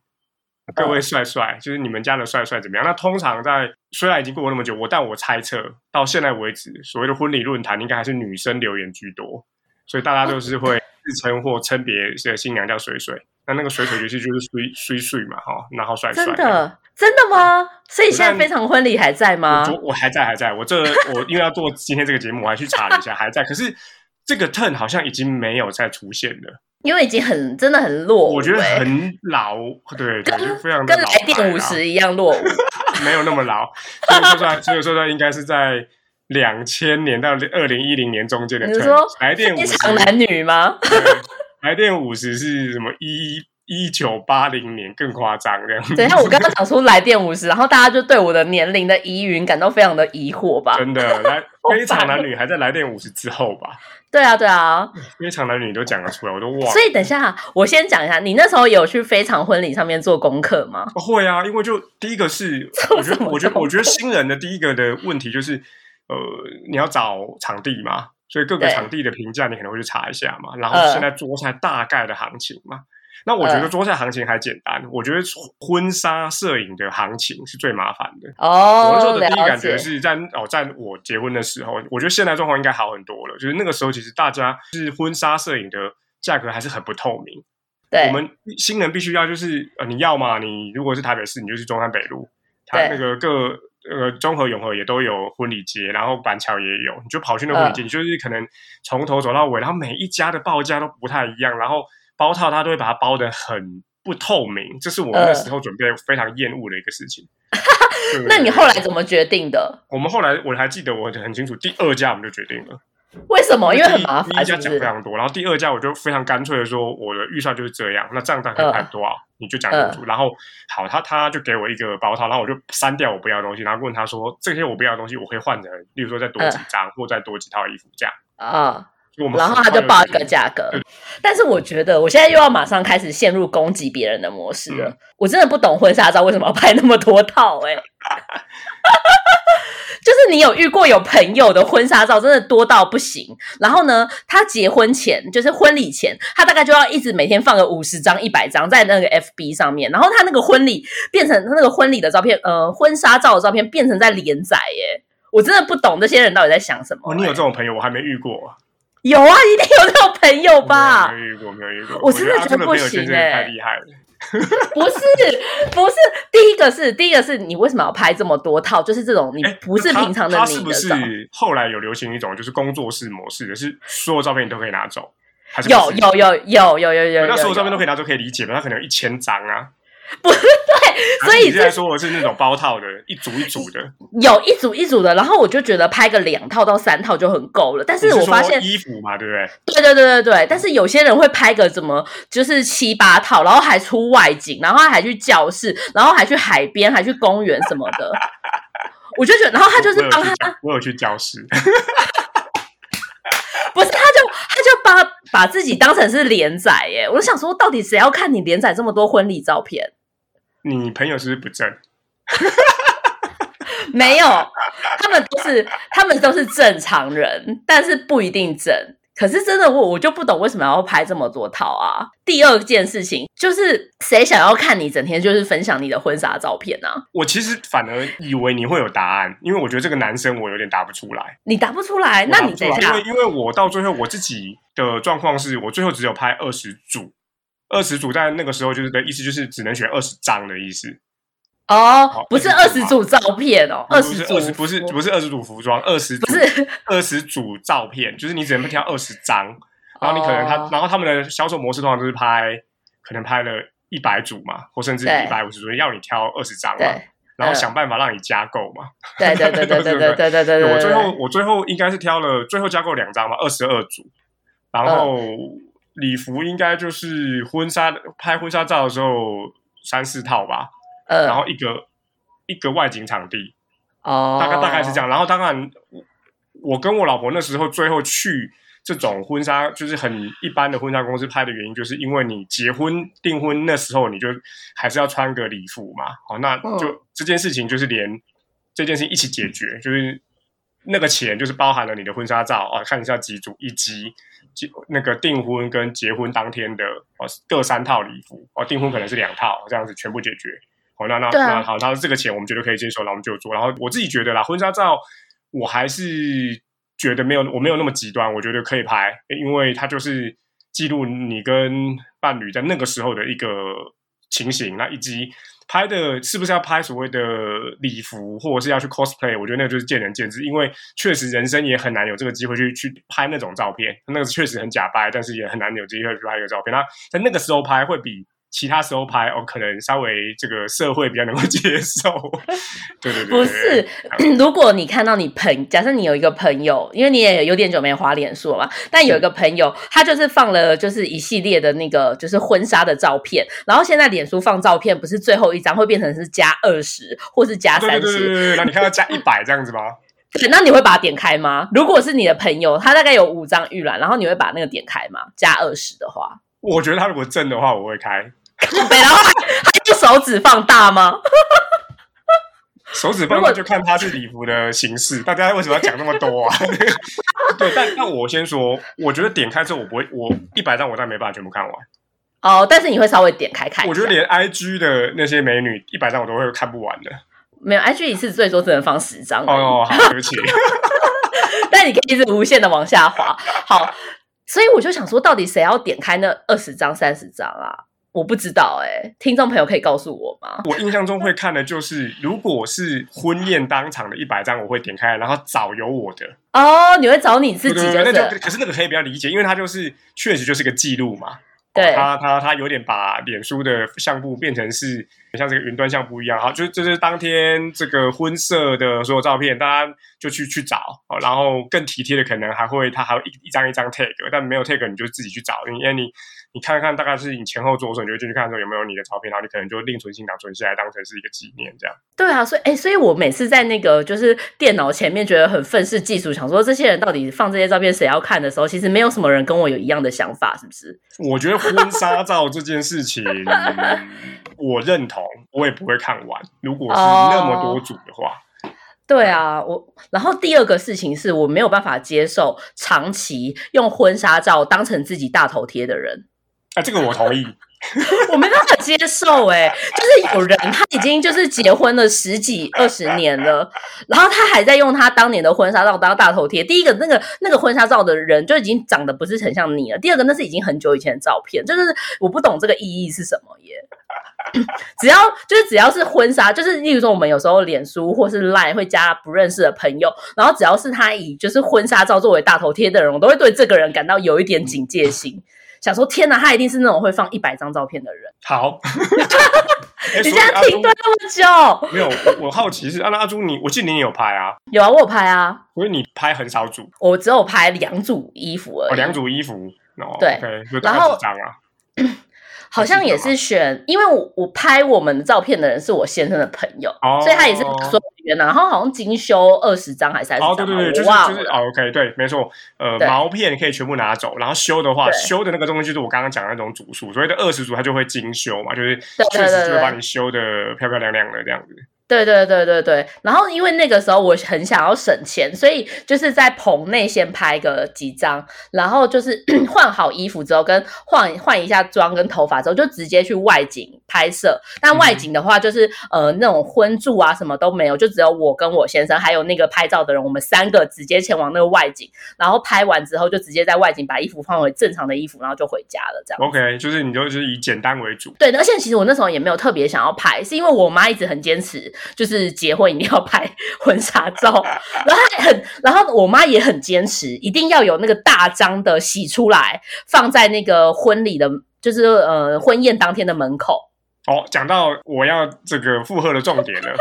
Speaker 1: 各位帅帅，就是你们家的帅帅怎么样？那通常在虽然已经过了那么久，我但我猜测到现在为止，所谓的婚礼论坛应该还是女生留言居多，所以大家都是会自称或称别的新娘叫水水。那那个水水就是就是水水水嘛，哈，然后帅帅
Speaker 2: 真的真的吗？所以现在
Speaker 1: 我看
Speaker 2: 非常婚礼还在
Speaker 1: 我
Speaker 2: 吗？
Speaker 1: 昨我还在还在，我这我因为要做今天这个节目，我还去查了一下，还在。可是这个 turn 好像已经没有再出现了，
Speaker 2: 因为已经很真的很落伍、欸，
Speaker 1: 我觉得很老，对对，就非常的
Speaker 2: 跟
Speaker 1: 老啊
Speaker 2: 来
Speaker 1: 牌
Speaker 2: 电
Speaker 1: 啦
Speaker 2: 五十一样落伍。
Speaker 1: 没有那么老，所以说出来，所以说出来应该是在两千年到二零一零年中间的 turn。
Speaker 2: 你说
Speaker 1: 来 电五
Speaker 2: 非
Speaker 1: 十，
Speaker 2: 常男女 吗？
Speaker 1: 对来电五十是什么一？一九八零年更夸张这样子，
Speaker 2: 等一下，我刚刚讲出来电五十，然后大家就对我的年龄的疑云感到非常的疑惑吧？
Speaker 1: 真的 来
Speaker 2: 好
Speaker 1: 非常
Speaker 2: 烦
Speaker 1: 男女还在来电五十之后吧，
Speaker 2: 对啊，对啊。
Speaker 1: 非常男女都讲得出来，我都忘了
Speaker 2: 所。以等一下，我先讲一下，你那时候有去非常婚礼上面做功课吗？，
Speaker 1: 哦会啊，因为就第一个是
Speaker 2: 做
Speaker 1: 我觉
Speaker 2: 什
Speaker 1: 得，
Speaker 2: 么
Speaker 1: 我觉得，
Speaker 2: 动
Speaker 1: 我觉得新人的第一个的问题就是，呃，你要找场地嘛，所以各个
Speaker 2: 对
Speaker 1: 场地的评价你可能会去查一下嘛，然后
Speaker 2: 嗯
Speaker 1: 现在桌菜大概的行情嘛。那我觉得
Speaker 2: 嗯
Speaker 1: 桌菜行情还简单，我觉得婚纱摄影的行情是最麻烦的。我那时
Speaker 2: 哦，
Speaker 1: 候的第一
Speaker 2: 了
Speaker 1: 感觉
Speaker 2: 解。
Speaker 1: 是在哦，在我结婚的时候，我觉得现在状况应该好很多了。就是那个时候，其实大家是婚纱摄影的价格还是很不透明，
Speaker 2: 对
Speaker 1: 我，们新人必须要就是呃，你要嘛，你如果是台北市，你就去中山北路，它那
Speaker 2: 对
Speaker 1: 个各呃中和、永和也都有婚礼街，然后板桥也有，你就跑去那婚礼
Speaker 2: 嗯
Speaker 1: 街，你就是可能从头走到尾，然后每一家的报价都不太一样，然后包套它都会把它包的很不透明，这是我那
Speaker 2: 嗯
Speaker 1: 时候准备非常厌恶的一个事 情。对
Speaker 2: 那你后来怎么决定的？
Speaker 1: 我们后来我还记得我很清楚，第二家我们就决定了。
Speaker 2: 为什么？因为很麻
Speaker 1: 第一
Speaker 2: 烦，
Speaker 1: 家
Speaker 2: 是不
Speaker 1: 讲非
Speaker 2: 是？
Speaker 1: 常多，然后第二家我就非常干脆的说，我的预算就是这样，那账单可以
Speaker 2: 嗯
Speaker 1: 看多少，啊你就讲清楚。然后好，他他就给我一个包套，然后我就删掉我不要的东西，然后问他说这些我不要的东西我可以换成，例如说再多几张、或再多几套衣服这样。
Speaker 2: 啊、
Speaker 1: 所以我们
Speaker 2: 嗯然后
Speaker 1: 很
Speaker 2: 他
Speaker 1: 快
Speaker 2: 就报一个价格。
Speaker 1: 嗯
Speaker 2: 但是我觉得我现在又要马上开始陷入攻击别人的模式了。
Speaker 1: 嗯
Speaker 2: 我真的不懂婚纱照为什么要拍那么多套、欸，哎。 就是你有遇过有朋友的婚纱照真的多到不行，然后呢，他结婚前就是婚礼前，他大概就要一直每天放个五十张、一百张在那个 FB 上面，然后他那个婚礼变成他那个婚礼的照片，呃，婚纱照的照片变成在连载耶，我真的不懂这些人到底在想什么、
Speaker 1: 哦，你有
Speaker 2: 欸
Speaker 1: 这种朋友，我还没遇过，
Speaker 2: 有啊，一定有这种朋友吧
Speaker 1: 我？没有遇过，没有遇过。
Speaker 2: 我真的
Speaker 1: 觉得阿
Speaker 2: 觉
Speaker 1: 朱
Speaker 2: 得
Speaker 1: 的
Speaker 2: 不
Speaker 1: 朋友圈真
Speaker 2: 行
Speaker 1: 的太
Speaker 2: 欸
Speaker 1: 厉害了。
Speaker 2: 不是，不是，第一个是第一个是你为什么要拍这么多套？就是这种你
Speaker 1: 哎
Speaker 2: 不是
Speaker 1: 他
Speaker 2: 平常的
Speaker 1: 他
Speaker 2: 你
Speaker 1: 是不
Speaker 2: 的照。
Speaker 1: 是后来有流行一种就是工作室模式的，是所有照片你都可以拿走，还是不
Speaker 2: 有
Speaker 1: 是
Speaker 2: 有有有有有有有，
Speaker 1: 那所有照片都
Speaker 2: 有
Speaker 1: 可以拿走，可以理解嘛？他可能有一千张啊。
Speaker 2: 不
Speaker 1: 对，
Speaker 2: 所以
Speaker 1: 你
Speaker 2: 这
Speaker 1: 现在说我是那种包套的，一组一组的。
Speaker 2: 有一组一组的，然后我就觉得拍个两套到三套就很够了。但
Speaker 1: 你
Speaker 2: 是我
Speaker 1: 说
Speaker 2: 发现，
Speaker 1: 衣服嘛，对不对？
Speaker 2: 对对对对对，但是有些人会拍个怎么就是七八套，然后还出外景，然后还去教室，然后还去海边，还去公园什么的。我就觉得，然后他就是
Speaker 1: 我有
Speaker 2: 帮
Speaker 1: 去
Speaker 2: 他
Speaker 1: 教，我有去教室，
Speaker 2: 不是，他就他就把把自己当成是连载耶，我就想说，到底谁要看你连载这么多婚礼照片？
Speaker 1: 你朋友是不是不正？
Speaker 2: 没有，他们都是他们都是正常人，但是不一定正。可是真的我我就不懂为什么要拍这么多套啊！第二件事情就是谁想要看你整天就是分享你的婚纱照片啊？
Speaker 1: 我其实反而以为你会有答案，因为我觉得这个男生我有点答不出来。
Speaker 2: 你答不出来，那你
Speaker 1: 我答
Speaker 2: 等一
Speaker 1: 不出来
Speaker 2: 下
Speaker 1: 因为因为我到最后我自己的状况是我最后只有拍二十组，二十组，但那个时候就是的意思就是只能选二十张的意思。
Speaker 2: 哦
Speaker 1: 好，
Speaker 2: 不是
Speaker 1: 那
Speaker 2: 二
Speaker 1: 你
Speaker 2: 十
Speaker 1: 讲吧
Speaker 2: 组照片哦，
Speaker 1: 嗯
Speaker 2: 二
Speaker 1: 不
Speaker 2: 十
Speaker 1: 是
Speaker 2: 组
Speaker 1: 二十不是不是二十组服装，二十
Speaker 2: 不是
Speaker 1: 二十组照片，就是你只能挑二十张，然后你可能他，
Speaker 2: 哦
Speaker 1: 然后他们的销售模式通常就是拍，可能拍了一百组嘛，或甚至
Speaker 2: 对
Speaker 1: 一百五十组，要你挑二十张嘛，
Speaker 2: 对嗯
Speaker 1: 然后想办法让你加购嘛。
Speaker 2: 对对对对对对对对对
Speaker 1: 对
Speaker 2: 对，
Speaker 1: 哦我最后我最后应该是挑了最后加购两张吧，二十二组，然
Speaker 2: 嗯
Speaker 1: 后礼服应该就是婚纱拍婚纱照的时候三四套吧，然
Speaker 2: 呃
Speaker 1: 后一个一个外景场地，
Speaker 2: 哦，
Speaker 1: 大概大概是这样。然后当然，我我跟我老婆那时候最后去这种婚纱就是很一般的婚纱公司拍的原因，就是因为你结婚订婚那时候你就还是要穿个礼服嘛，好，那就这件事情就是连这件事情一起解决，就是那个钱就是包含了你的婚纱照啊，看一下几组以及结那个订婚跟结婚当天的哦各三套礼服哦，订婚可能是两套，这样子全部解决。好，那那
Speaker 2: 对啊
Speaker 1: 那好，那这个钱我们觉得可以接受，那我们就做。然后我自己觉得啦，婚纱照我还是觉得没有我没有那么极端，我觉得可以拍，因为它就是记录你跟伴侣在那个时候的一个情形，那以及拍的是不是要拍所谓的礼服，或者是要去 cosplay，我觉得那就是见仁见智，因为确实人生也很难有这个机会去去拍那种照片，那个确实很假掰，但是也很难有机会去拍一个照片。那在那个时候拍会比。其他时候拍哦，可能稍微这个社会比较能够接受， 对对对，
Speaker 2: 不
Speaker 1: 对
Speaker 2: 是， 如果你看到你朋，假设你有一个朋友，因为你也有点久没滑脸书了嘛，但有一个朋友，他就是放了就是一系列的那个就是婚纱的照片，然后现在脸书放照片不是最后一张会变成是加二十或是加
Speaker 1: 对对
Speaker 2: 三
Speaker 1: 对对
Speaker 2: 十，
Speaker 1: 对对，那你看到加 一百这样子吗？
Speaker 2: 对那你会把它点开吗？如果是你的朋友，他大概有五张预览，然后你会把那个点开吗？加二十的话，
Speaker 1: 我觉得他如果正的话，我会开
Speaker 2: 靠北然后还还用手指放大吗？
Speaker 1: 手指放
Speaker 2: 如果
Speaker 1: 大，就看他是礼服的形式。大家为什么要讲那么多 啊？对，但但我先说，我觉得点开之后，我不会，我一百张我但没办法全部看完。
Speaker 2: 哦，但是你会稍微点开看一下，
Speaker 1: 我觉得连 IG 的那些美女一百张我都会看不完的。
Speaker 2: 没有 IG 一次最多只能放十张而已
Speaker 1: 哦，好，对不起，
Speaker 2: 但你可以一直无限的往下滑。好，所以我就想说，到底谁要点开那二十张、三十张啊？我不知道哎、听众朋友可以告诉我吗？
Speaker 1: 我印象中会看的就是，如果是婚宴当场的一百张，我会点开，然后找有我的。
Speaker 2: 哦，你会找你自
Speaker 1: 对
Speaker 2: 己
Speaker 1: 对
Speaker 2: 就
Speaker 1: 对，
Speaker 2: 是
Speaker 1: 那就可是那个可以比较理解，因为它就是确实就是个记录嘛。哦
Speaker 2: 对
Speaker 1: 他他他有点把脸书的相簿变成是像这个云端相簿一样，好，就就是当天这个婚摄的所有照片，大家就去去找，哦然后更体贴的可能还会他还会一一张一张 tag，但没有 tag 你就自己去找，因为你你看看大概是你前后桌的时候，你就进去看说有没有你的照片，然后你可能就另存新档存下来当成是一个纪念这样。
Speaker 2: 对啊，所以哎、所以我每次在那个就是电脑前面觉得很愤世嫉俗，想说这些人到底放这些照片谁要看的时候，其实没有什么人跟我有一样的想法，是不是？
Speaker 1: 我觉得婚纱照这件事 情，嗯我认同，我也不会看完。如果是
Speaker 2: 哦
Speaker 1: 那么多组的话，
Speaker 2: 对啊，我然后第二个事情是我没有办法接受长期用婚纱照当成自己大头贴的人。
Speaker 1: 啊，这个我同意。
Speaker 2: 我没办法接受哎、就是有人他已经就是结婚了十几二十年了，然后他还在用他当年的婚纱照当大头贴。第一个，那个那个婚纱照的人就已经长得不是很像你了；第二个，那是已经很久以前的照片，就是我不懂这个意义是什么耶。 只要就是只要是婚纱，就是例如说我们有时候脸书或是 Line 会加不认识的朋友，然后只要是他以就是婚纱照作为大头贴的人，我都会对这个人感到有一点警戒心，想说天哪，他一定是那种会放一百张照片的人。
Speaker 1: 好，欸所
Speaker 2: 你
Speaker 1: 以
Speaker 2: 现在
Speaker 1: 阿
Speaker 2: 停
Speaker 1: 朱
Speaker 2: 顿那么久，
Speaker 1: 没有？我我好奇是，啊、那阿朱你，我记得你也有拍啊，
Speaker 2: 有啊，我有拍啊，
Speaker 1: 所以你拍很少组
Speaker 2: 我只有拍两组衣服而已，
Speaker 1: 哦，两组衣服哦，
Speaker 2: 对
Speaker 1: OK，就大
Speaker 2: 然
Speaker 1: 概
Speaker 2: 后
Speaker 1: 几张啊？
Speaker 2: 好像也是选，因为我我拍我们的照片的人是我先生的朋友，
Speaker 1: 哦
Speaker 2: 所以他也是说原来，然后好像精修二十张还是三
Speaker 1: 哦，对
Speaker 2: 十张
Speaker 1: 对
Speaker 2: 吧，
Speaker 1: 对，就是
Speaker 2: 我忘
Speaker 1: 就
Speaker 2: 了。
Speaker 1: 是哦，OK，对，没错，呃，
Speaker 2: 对
Speaker 1: 毛片可以全部拿走，然后修的话，
Speaker 2: 对
Speaker 1: 修的那个东西就是我刚刚讲的那种组数，所谓的二十组它就会精修嘛，就是
Speaker 2: 对对
Speaker 1: 确实就
Speaker 2: 对
Speaker 1: 会把
Speaker 2: 对
Speaker 1: 你修的漂漂亮亮的这样子。
Speaker 2: 对对对对对，然后因为那个时候我很想要省钱，所以就是在棚内先拍个几张，然后就是 换好衣服之后，跟换换一下妆跟头发之后，就直接去外景拍摄。但外景的话，就是、呃那种婚住啊什么都没有，就只有我跟我先生还有那个拍照的人，我们三个直接前往那个外景，然后拍完之后就直接在外景把衣服换回正常的衣服，然后就回家了这样。
Speaker 1: OK，就是你就是以简单为主。
Speaker 2: 对，而且其实我那时候也没有特别想要拍，是因为我妈一直很坚持，就是结婚一定要拍 婚纱照，然后她很，然后我妈也很坚持，一定要有那个大张的洗出来，放在那个婚礼的，就是呃婚宴当天的门口。
Speaker 1: 哦，讲到我要这个附和的重点 了，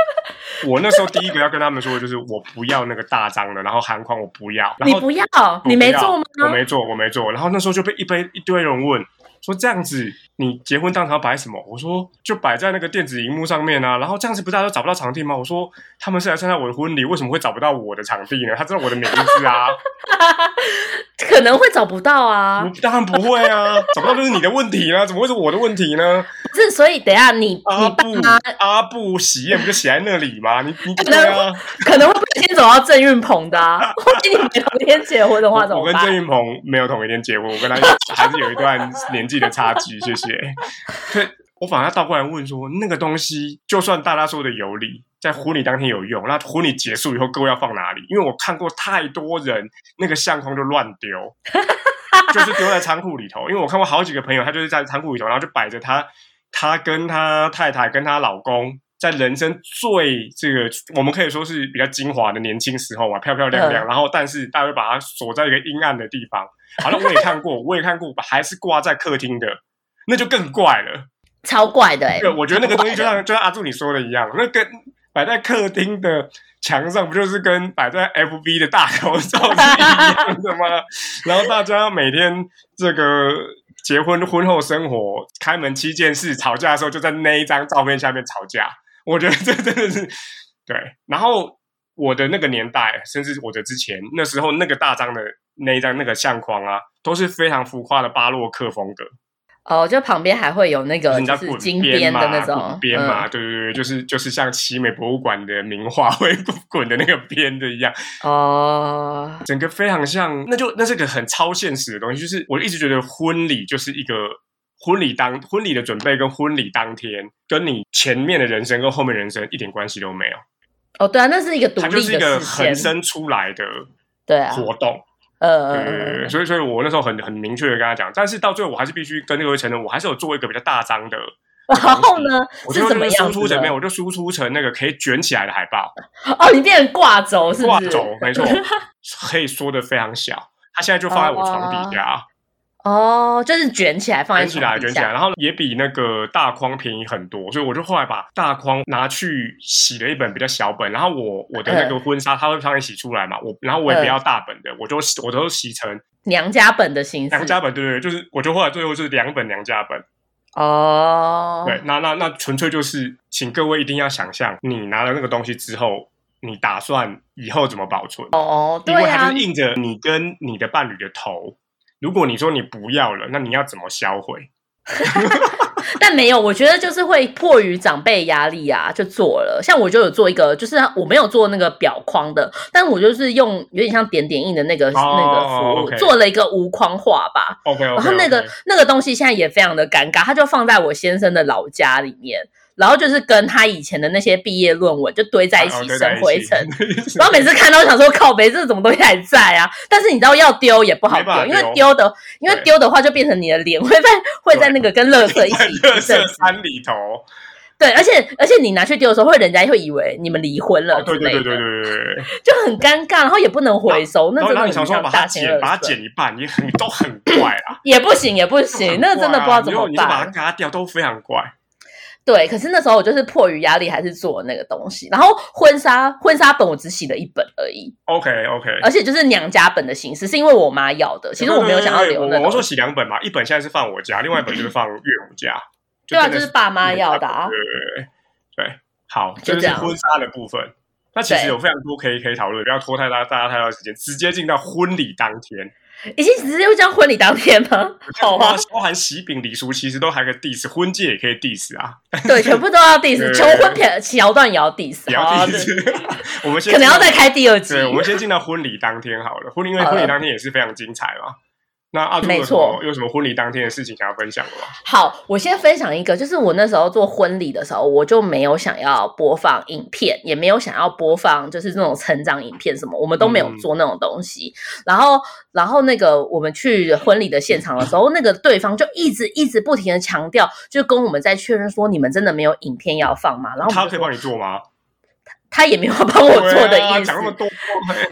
Speaker 1: 我那时候第一个要跟他们说的就是我不要那个大张的，然后韩款我不要，然
Speaker 2: 你
Speaker 1: 后
Speaker 2: 不要，
Speaker 1: 我
Speaker 2: 你没
Speaker 1: 不要
Speaker 2: 做吗？
Speaker 1: 我没做，我没做。然后那时候就被一堆一堆人问说这样子你结婚当场摆什么？我说就摆在那个电子荧幕上面啊。然后这样子不是大家都找不到场地吗？我说他们是来参加我的婚礼，为什么会找不到我的场地呢？他知道我的名字啊，
Speaker 2: 可能会找不到啊。
Speaker 1: 当然不会啊，找不到就是你的问题啦、怎么会是我的问题呢？
Speaker 2: 不是，所以等一下你
Speaker 1: 阿
Speaker 2: 你爸
Speaker 1: 布
Speaker 2: 妈
Speaker 1: 阿布喜宴不就写在那里吗？你你
Speaker 2: 可能
Speaker 1: 对啊，
Speaker 2: 可能会不小心走到郑运鹏的、啊， 万一你们同一天结婚的
Speaker 1: 我
Speaker 2: 话怎
Speaker 1: 我
Speaker 2: 么
Speaker 1: 跟郑
Speaker 2: 办？
Speaker 1: 云鹏没有同一天结婚，我跟他还是有一段年纪的差距，谢谢。对，我反而倒过来问说，那个东西就算大家说的有理，在婚礼当天有用，那婚礼结束以后各位要放哪里？因为我看过太多人那个相框就乱丢， 就是丢在仓库里头。因为我看过好几个朋友，他就是在仓库里头，然后就摆着他他跟他太太跟他老公。在人生最这个，我们可以说是比较精华的年轻时候嘛，漂漂亮亮，然后但是大家会把它锁在一个阴暗的地方。好了，我也看过，我也看过，还是挂在客厅的，那就更怪了。
Speaker 2: 超怪的、欸，
Speaker 1: 对，我觉得那个东西就
Speaker 2: 超怪
Speaker 1: 像就像阿柱你说的一样，那跟摆在客厅的墙上，不就是跟摆在 FB 的大头照是一样的吗？ 然后大家每天这个结婚婚后生活、开门七件事、吵架的时候，就在那一张照片下面吵架。我觉得这真的是对。然后我的那个年代，甚至我的之前，那时候那个大张的那一张那个相框啊，都是非常浮夸的巴洛克风格。
Speaker 2: 的哦，就旁边还会有那个
Speaker 1: 人
Speaker 2: 呃就
Speaker 1: 家
Speaker 2: 是
Speaker 1: 滚
Speaker 2: 金边的
Speaker 1: 嘛，
Speaker 2: 那种嗯
Speaker 1: 滚边嘛，对对对，就是就是像奇美博物馆的名画会滚的那个边的一样，
Speaker 2: 嗯哦，
Speaker 1: 整个非常像，那就那是个很超现实的东西。就是我一直觉得婚礼就是一个婚礼当婚礼的准备跟婚礼当天，跟你前面的人生跟后面人生一点关系都没有，
Speaker 2: 哦，对啊，那是一个独
Speaker 1: 它就是
Speaker 2: 立
Speaker 1: 一个
Speaker 2: 的
Speaker 1: 横
Speaker 2: 事件，
Speaker 1: 生出来的
Speaker 2: 对啊，
Speaker 1: 活动。
Speaker 2: 呃呃
Speaker 1: 对
Speaker 2: 呃
Speaker 1: 对对，
Speaker 2: 呃
Speaker 1: 对，所以所以我那时候很很明确的跟他讲，但是到最后我还是必须跟各位承认，我还是有做一个比较大张的。
Speaker 2: 呃，然后呢
Speaker 1: 我
Speaker 2: 是
Speaker 1: 就
Speaker 2: 怎么样
Speaker 1: 输出
Speaker 2: 子
Speaker 1: 成
Speaker 2: 的
Speaker 1: 没有，？我就输出成那个可以卷起来的海报，
Speaker 2: 哦，你变成挂轴 是
Speaker 1: 挂
Speaker 2: 不是？
Speaker 1: 轴没 错，可以缩的非常小。它现在就放在我床底下，
Speaker 2: 哦，就是卷起来哦放在
Speaker 1: 卷起来，
Speaker 2: 床底
Speaker 1: 卷起来，
Speaker 2: 下，
Speaker 1: 然后也比那个大框便宜很多，所以我就后来把大框拿去洗了一本比较小本，然后我我的
Speaker 2: 嗯
Speaker 1: 那个婚纱它会上面洗出来嘛，我然后我也不要大本的，我就我都洗成
Speaker 2: 娘家本的形式
Speaker 1: 娘，家本，对对对，就是我就后来最后是两本娘家本，
Speaker 2: 哦，
Speaker 1: 对，那那那纯粹就是，请各位一定要想象，你拿了那个东西之后，你打算以后怎么保存？
Speaker 2: 哦，
Speaker 1: 因
Speaker 2: 对
Speaker 1: 为
Speaker 2: 啊
Speaker 1: 它就，是印着你跟你的伴侣的头。如果你说你不要了，那你要怎么销毁？
Speaker 2: 但没有，我觉得就是会迫于长辈压力啊，就做了。像我就有做一个，就是我没有做那个表框的，但我就是用有点像点点印的那个、那个服务
Speaker 1: OK
Speaker 2: 做了一个无框画吧。
Speaker 1: OK OK，,
Speaker 2: 然后那个那个东西现在也非常的尴尬，它就放在我先生的老家里面，然后就是跟他以前的那些毕业论文就堆在
Speaker 1: 哦
Speaker 2: 一起生灰尘。 然后每次看到想说靠北，这什么东西还在啊？但是你知道要丢也不好
Speaker 1: 没办法
Speaker 2: 丢，因为
Speaker 1: 丢
Speaker 2: 丢的，因为
Speaker 1: 对
Speaker 2: 丢的话就变成你的脸会在会在那个跟垃圾一
Speaker 1: 在
Speaker 2: 起
Speaker 1: 热
Speaker 2: 生
Speaker 1: 色山里头，
Speaker 2: 对，而且而且你拿去丢的时候，会人家会以为你们离婚了
Speaker 1: 哦，
Speaker 2: 之
Speaker 1: 对
Speaker 2: 类的，
Speaker 1: 对对对对对对。
Speaker 2: 就很尴尬，然后也不能回收，
Speaker 1: 然
Speaker 2: 那
Speaker 1: 后然
Speaker 2: 真的
Speaker 1: 后
Speaker 2: 很
Speaker 1: 你想说
Speaker 2: 像
Speaker 1: 把
Speaker 2: 大
Speaker 1: 它
Speaker 2: 型
Speaker 1: 剪，把它
Speaker 2: 垃圾
Speaker 1: 剪一半，也很都很怪啊，
Speaker 2: 也不行，也不行，
Speaker 1: 很
Speaker 2: 那真的
Speaker 1: 怪
Speaker 2: 不
Speaker 1: 啊
Speaker 2: 知道怎
Speaker 1: 你如
Speaker 2: 么
Speaker 1: 果你就把它
Speaker 2: 办。
Speaker 1: 嘎掉，都非常怪。
Speaker 2: 对，可是那时候我就是迫于压力，还是做了那个东西。然后婚纱婚纱本我只洗了一本而已，
Speaker 1: OK OK，
Speaker 2: 而且就是娘家本的形式，是因为我妈要的。其实我没有想要
Speaker 1: 对对对
Speaker 2: 留那
Speaker 1: 我我说
Speaker 2: 个，
Speaker 1: 洗两本嘛，一本现在是放我家，另外一本就是放岳母家。
Speaker 2: 对啊，
Speaker 1: 真
Speaker 2: 就
Speaker 1: 的
Speaker 2: 是爸妈要的啊
Speaker 1: 对。对对对，好，
Speaker 2: 就
Speaker 1: 这就
Speaker 2: 这
Speaker 1: 是
Speaker 2: 样
Speaker 1: 婚纱的部分。那其实
Speaker 2: 对
Speaker 1: 有非常多可以可以讨论，不要拖太大大家太多时间，直接进到婚礼当天。
Speaker 2: 已经直接就这样婚礼当天 吗？好啊，
Speaker 1: 包含喜饼、礼俗，其实都还可以 diss，婚戒也可以 diss 啊，
Speaker 2: 对，全部都要 diss，
Speaker 1: 对
Speaker 2: 求婚片桥段也要 diss，
Speaker 1: 也
Speaker 2: 好
Speaker 1: 要
Speaker 2: 啊
Speaker 1: diss。我们
Speaker 2: 对
Speaker 1: 先
Speaker 2: 可能要再
Speaker 1: 进到
Speaker 2: 开第二集。
Speaker 1: 对，我们先进到婚礼当天好了。婚礼因为
Speaker 2: 好了
Speaker 1: 婚礼当天也是非常精彩嘛。那阿朱
Speaker 2: 没
Speaker 1: 有什
Speaker 2: 错
Speaker 1: 么有什么婚礼当天的事情想要分享的吗？
Speaker 2: 好，我先分享一个，就是我那时候做婚礼的时候，我就没有想要播放影片，也没有想要播放就是那种成长影片什么，我们都没有
Speaker 1: 嗯
Speaker 2: 做那种东西。然后，然后那个我们去婚礼的现场的时候，那个对方就一直一直不停的强调，就跟我们在确认说你们真的没有影片要放吗？然啊后我
Speaker 1: 他
Speaker 2: 们
Speaker 1: 可
Speaker 2: 就
Speaker 1: 以
Speaker 2: 说
Speaker 1: 帮你做吗？
Speaker 2: 他也没有帮我做的
Speaker 1: 对啊
Speaker 2: 意思，
Speaker 1: 讲那么多，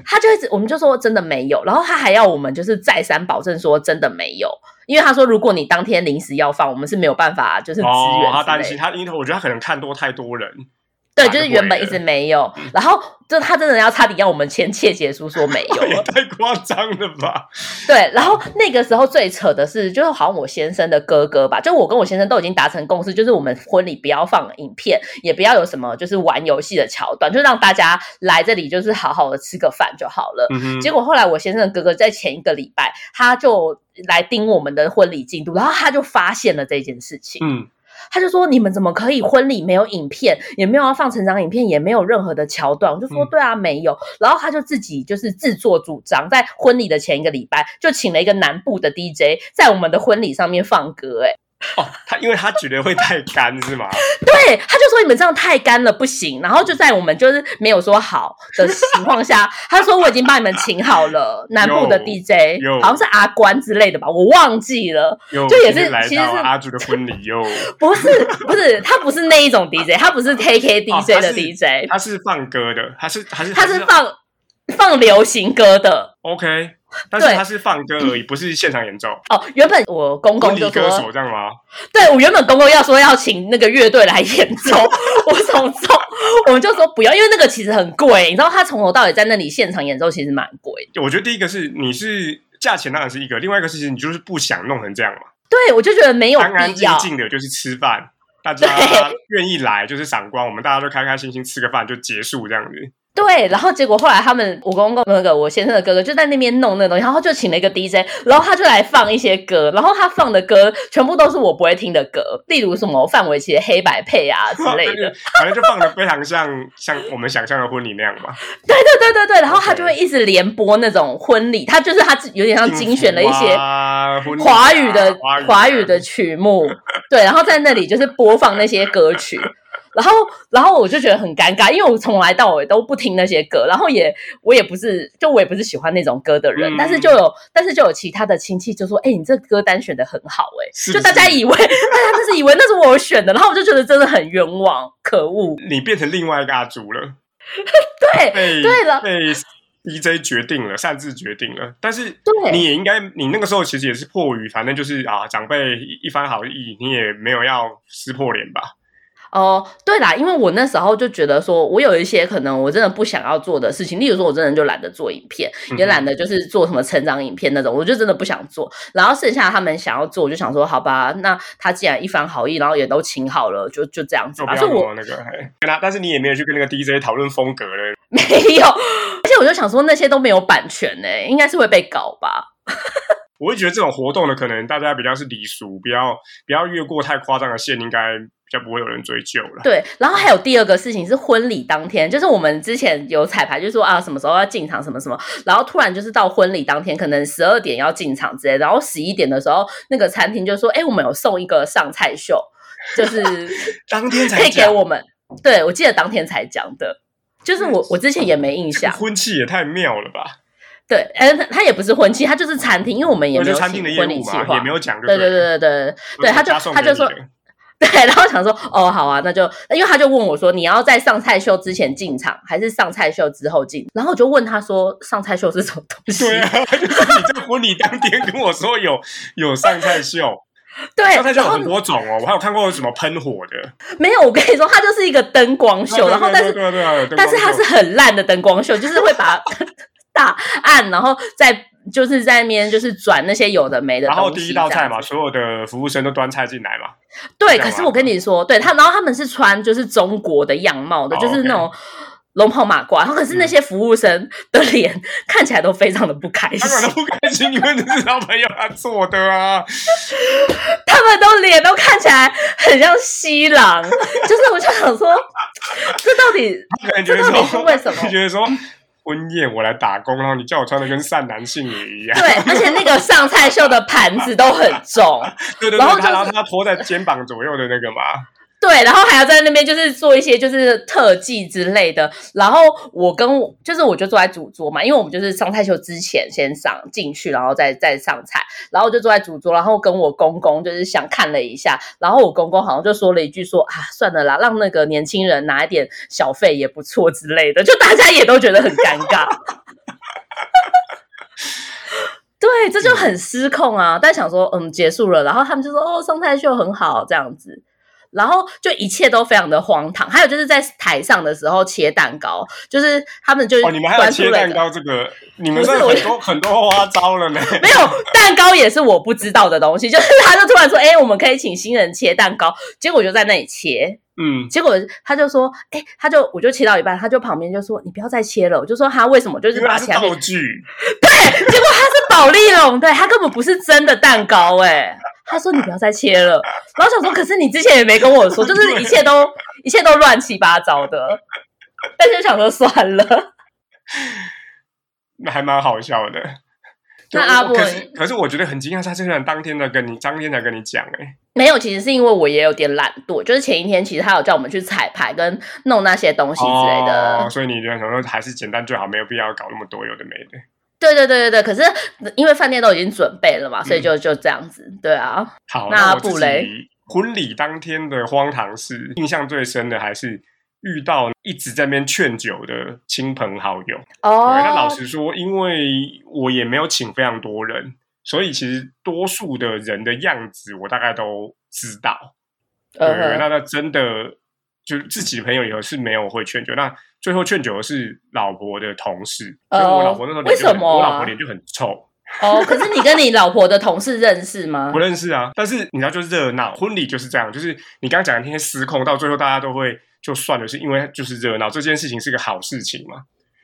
Speaker 2: 他就一直我们就说真的没有，然后他还要我们就是再三保证说真的没有，因为他说如果你当天
Speaker 1: 哦
Speaker 2: 临时要放，我们是没有办法就是支援之类的、
Speaker 1: 哦，他担心他，因为我觉得他可能看多太多人，
Speaker 2: 对，
Speaker 1: 哪
Speaker 2: 就是
Speaker 1: 个
Speaker 2: 原
Speaker 1: 会
Speaker 2: 本
Speaker 1: 的
Speaker 2: 一直没有，然后就他真的要差点要我们签切结书说没有
Speaker 1: 也
Speaker 2: 了，
Speaker 1: 太夸张了吧？
Speaker 2: 对，然后那个时候最扯的是，就是好像我先生的哥哥吧，就我跟我先生都已经达成共识，就是我们婚礼不要放影片，也不要有什么就是玩游戏的桥段，就让大家来这里就是好好的吃个饭就好了。
Speaker 1: 嗯哼，
Speaker 2: 结果后来我先生的哥哥在前一个礼拜，他就来盯我们的婚礼进度，然后他就发现了这件事情。
Speaker 1: 嗯，
Speaker 2: 他就说：“你们怎么可以婚礼没有影片，也没有要放成长影片，也没有任何的桥段？”我就说：“
Speaker 1: 嗯
Speaker 2: 对啊，没有。”然后他就自己就是自作主张，在婚礼的前一个礼拜就请了一个南部的 DJ 在我们的婚礼上面放歌、欸，哎，
Speaker 1: 哦，他因为他觉得会太干是 吗？
Speaker 2: 对，他就说你们这样太干了，不行。然后就在我们就是没有说好的情况下，他说我已经帮你们请好了南部的
Speaker 1: 哟
Speaker 2: DJ，
Speaker 1: 哟
Speaker 2: 好像是阿关之类的吧，我忘记了。
Speaker 1: 又
Speaker 2: 这也
Speaker 1: 今天
Speaker 2: 是
Speaker 1: 来
Speaker 2: 其实
Speaker 1: 到
Speaker 2: 是
Speaker 1: 阿朱的婚礼又，
Speaker 2: 不是不是，他不是那一种 DJ，他不是 KK
Speaker 1: 哦
Speaker 2: DJ
Speaker 1: 他
Speaker 2: 的
Speaker 1: 是
Speaker 2: DJ，、
Speaker 1: 他是放歌的，他是他是
Speaker 2: 他是放放流行歌的
Speaker 1: OK，但是
Speaker 2: 对
Speaker 1: 他是放歌而已，不是现场演奏。
Speaker 2: 哦。原本我公
Speaker 1: 婚
Speaker 2: 公
Speaker 1: 礼
Speaker 2: 就
Speaker 1: 歌
Speaker 2: 说，
Speaker 1: 手这样吗？
Speaker 2: 对我原本公公要说要请那个乐队来演奏， 我从中我们就说不要，因为那个其实很贵，你知道他从头到尾在那里现场演奏其实蛮贵的。
Speaker 1: 我觉得第一个是你是价钱当然是一个，另外一个事情你就是不想弄成这样嘛，
Speaker 2: 对我就觉得没有
Speaker 1: 安安
Speaker 2: 必
Speaker 1: 静
Speaker 2: 要，
Speaker 1: 静的就是吃饭，大家 愿意来就是赏光，我们大家都开开心心吃个饭就结束这样子。
Speaker 2: 对，然后结果后来他们我公公那个我先生的哥哥就在那边弄那个东西，然后就请了一个 DJ，然后他就来放一些歌，然后他放的歌全部都是我不会听的歌，例如什么范玮琪的《黑白配》啊之类的。
Speaker 1: 反正就放的非常像像我们想象的婚礼那样嘛，
Speaker 2: 对对对对对，然后他就会一直连播那种婚礼，他就是他自有点像精选了一些
Speaker 1: 些
Speaker 2: 华语的啊华
Speaker 1: 啊华
Speaker 2: 语的曲 目，对，然后在那里就是播放那些歌曲。然后，然后我就觉得很尴尬，因为我从来到尾都不听那些歌，然后也我也不是，就我也不是喜欢那种歌的人，
Speaker 1: 嗯
Speaker 2: 但是就有，但是就有其他的亲戚就说：“哎、你这歌单选的很好、哎，
Speaker 1: 是不
Speaker 2: 就是大家以为 大家就是以为那是我选的，然后我就觉得真的很冤枉，可恶。
Speaker 1: 你变成另外一个阿朱了，
Speaker 2: 对
Speaker 1: 被
Speaker 2: 对了
Speaker 1: 被 DJ 决定了，擅自决定了。但是
Speaker 2: 对
Speaker 1: 你也应该，你那个时候其实也是迫于，反正就是啊，长辈一一番好意，你也没有要撕破脸吧？
Speaker 2: 哦、对啦，因为我那时候就觉得说，我有一些可能我真的不想要做的事情，例如说，我真的就懒得做影片，
Speaker 1: 嗯
Speaker 2: 也懒得就是做什么成长影片那种，我就真的不想做。然后剩下他们想要做，我就想说，好吧，那他既然一番好意，然后也都请好了，就就这样子
Speaker 1: 就
Speaker 2: 吧。
Speaker 1: 不
Speaker 2: 啊所
Speaker 1: 要
Speaker 2: 以我
Speaker 1: 我那个，嘿跟他，但是你也没有去跟那个 DJ 讨论风格了。
Speaker 2: 没有，而且我就想说，那些都没有版权呢、应该是会被搞吧？
Speaker 1: 我会觉得这种活动呢，可能大家比较是礼俗，不要不要越过太夸张的线，应该比较不会有人追究了。
Speaker 2: 对。然后还有第二个事情是婚礼当天，就是我们之前有彩排，就说啊什么时候要进场，什么什么，然后突然就是到婚礼当天，可能十二点要进场之类的，然后十一点的时候，那个餐厅就说，哎、我们有送一个上菜秀，就是。
Speaker 1: 当天才
Speaker 2: 可以给
Speaker 1: 讲
Speaker 2: 我们。对，我记得当天才讲的，就是
Speaker 1: 嗯
Speaker 2: 我我之前也没印象。
Speaker 1: 婚期也太妙了吧？
Speaker 2: 对，哎、他他也不是婚期，他就是餐厅，因为我们也
Speaker 1: 我觉
Speaker 2: 没有
Speaker 1: 得餐厅的
Speaker 2: 请
Speaker 1: 业
Speaker 2: 婚礼
Speaker 1: 务
Speaker 2: 计
Speaker 1: 嘛，
Speaker 2: 划。
Speaker 1: 也没有讲就
Speaker 2: 对
Speaker 1: 对
Speaker 2: 对
Speaker 1: 了，
Speaker 2: 对对对 对，
Speaker 1: 都是
Speaker 2: 他就
Speaker 1: 加送
Speaker 2: 他
Speaker 1: 给
Speaker 2: 就
Speaker 1: 你
Speaker 2: 说
Speaker 1: 的
Speaker 2: 对，然后想说哦好啊，那就因为他就问我说你要在上菜秀之前进场，还是上菜秀之后进？然后我就问他说上菜秀是什么东西？
Speaker 1: 对啊， 就是你这个婚礼当天跟我说有 有上菜秀，
Speaker 2: 对
Speaker 1: 上菜秀有
Speaker 2: 哎然后
Speaker 1: 很多种哦，我还有看过什么喷火的
Speaker 2: 没有，我跟你说，它就是一个灯光秀，然后但是
Speaker 1: 对啊对啊对啊对啊
Speaker 2: 但是它是很烂的灯光秀，就是会 把大暗，然后再就是在那边就是转那些有的没的
Speaker 1: 然后
Speaker 2: 东
Speaker 1: 第
Speaker 2: 西
Speaker 1: 一
Speaker 2: 这样
Speaker 1: 道
Speaker 2: 子。
Speaker 1: 菜嘛，所有的服务生都端菜进来 嘛，
Speaker 2: 对，
Speaker 1: 这样
Speaker 2: 可
Speaker 1: 吗
Speaker 2: 是我跟你说，对他，然后他们是穿就是中国的样貌的，
Speaker 1: 哦
Speaker 2: 就是那
Speaker 1: OK 嗯
Speaker 2: 种龙袍马褂，然后可是那些服务生的脸 看起来都非常的不开心
Speaker 1: 他，们都不开心，因为这是老板要他做的啊。
Speaker 2: 他们都脸都看起来很像西 郎，就是我就想说，这到底
Speaker 1: 他可能觉得
Speaker 2: 这
Speaker 1: 说
Speaker 2: 到底是为什么
Speaker 1: 觉得说 婚宴我来打工，然后你叫我穿的跟善男信女一样，
Speaker 2: 对，而且那个上菜秀的盘子都很重，
Speaker 1: 对对对，
Speaker 2: 然后
Speaker 1: 他
Speaker 2: 就是
Speaker 1: 然后他拖在肩膀左右的那个嘛，
Speaker 2: 对，然后还要在那边就是做一些就是特技之类的。然后我跟我就是我就坐在主桌嘛，因为我们就是上菜秀之前先上进去，然后再再上菜，然后我就坐在主桌，然后跟我公公就是想看了一下，然后我公公好像就说了一句说啊，算了啦，让那个年轻人拿一点小费也不错之类的，就大家也都觉得很尴尬。 对，这就很失控啊！但想说，嗯，结束了，然后他们就说，哦，上菜秀很好这样子，然后就一切都非常的荒唐。还有就是在台上的时候切蛋糕，就是他们就 是
Speaker 1: 哦，你们还有
Speaker 2: 关注
Speaker 1: 切
Speaker 2: 了
Speaker 1: 蛋
Speaker 2: 一个
Speaker 1: 糕这 个，你们
Speaker 2: 不
Speaker 1: 这
Speaker 2: 是
Speaker 1: 很多很多花招了呢。
Speaker 2: 没有蛋糕也是我不知道的东西，就是他就突然说，哎、我们可以请新人切蛋糕，结果我就在那里切，
Speaker 1: 嗯，
Speaker 2: 结果他就说，哎、他就我就切到一半，他就旁边就说你不要再切了，我就说他为什么，就
Speaker 1: 因
Speaker 2: 是
Speaker 1: 为它
Speaker 2: 把
Speaker 1: 是
Speaker 2: 其他面
Speaker 1: 道具，
Speaker 2: 对，结果他是保利龙，对他根本不是真的蛋糕、哎，他说你不要再切了，然后想说，可是你之前也没跟我说，就是一切都 一切都乱七八糟的，但是想说算了。
Speaker 1: 那还蛮好笑的。对
Speaker 2: 那阿
Speaker 1: 我
Speaker 2: 布
Speaker 1: 可是可是我觉得很惊讶，他竟然当天的跟你当天才跟你讲哎、
Speaker 2: 没有，其实是因为我也有点懒惰，就是前一天其实他有叫我们去彩排跟弄那些东西之类的。
Speaker 1: 哦，所以你就想说还是简单最好，没有必要搞那么多有的没的。
Speaker 2: 对对对对对，可是因为饭店都已经准备了嘛，所以
Speaker 1: 嗯
Speaker 2: 就就这样子。对啊，
Speaker 1: 好，
Speaker 2: 那
Speaker 1: 那我
Speaker 2: 布
Speaker 1: 自
Speaker 2: 雷
Speaker 1: 己婚礼当天的荒唐事，印象最深的还是遇到一直在那边劝酒的亲朋好友。对，那老
Speaker 2: 哦，
Speaker 1: 实说，因为我也没有请非常多人，所以其实多数的人的样子我大概都知道。
Speaker 2: 呃
Speaker 1: 对，那
Speaker 2: 呵
Speaker 1: 那真的就是自己的朋友以后是没有会劝酒，那最后劝酒的是老婆的同事，所以我
Speaker 2: 哦
Speaker 1: 老婆那时候脸就
Speaker 2: 为
Speaker 1: 很
Speaker 2: 什么啊
Speaker 1: 我老婆脸就很臭，
Speaker 2: 哦，可是你跟你老婆的同事认识吗
Speaker 1: 不？认识啊。但是你知道，就是热闹，婚礼就是这样，就是你刚刚讲的那些失控，到最后大家都会就算了，是因为就是热闹，这件事情是个好事情嘛。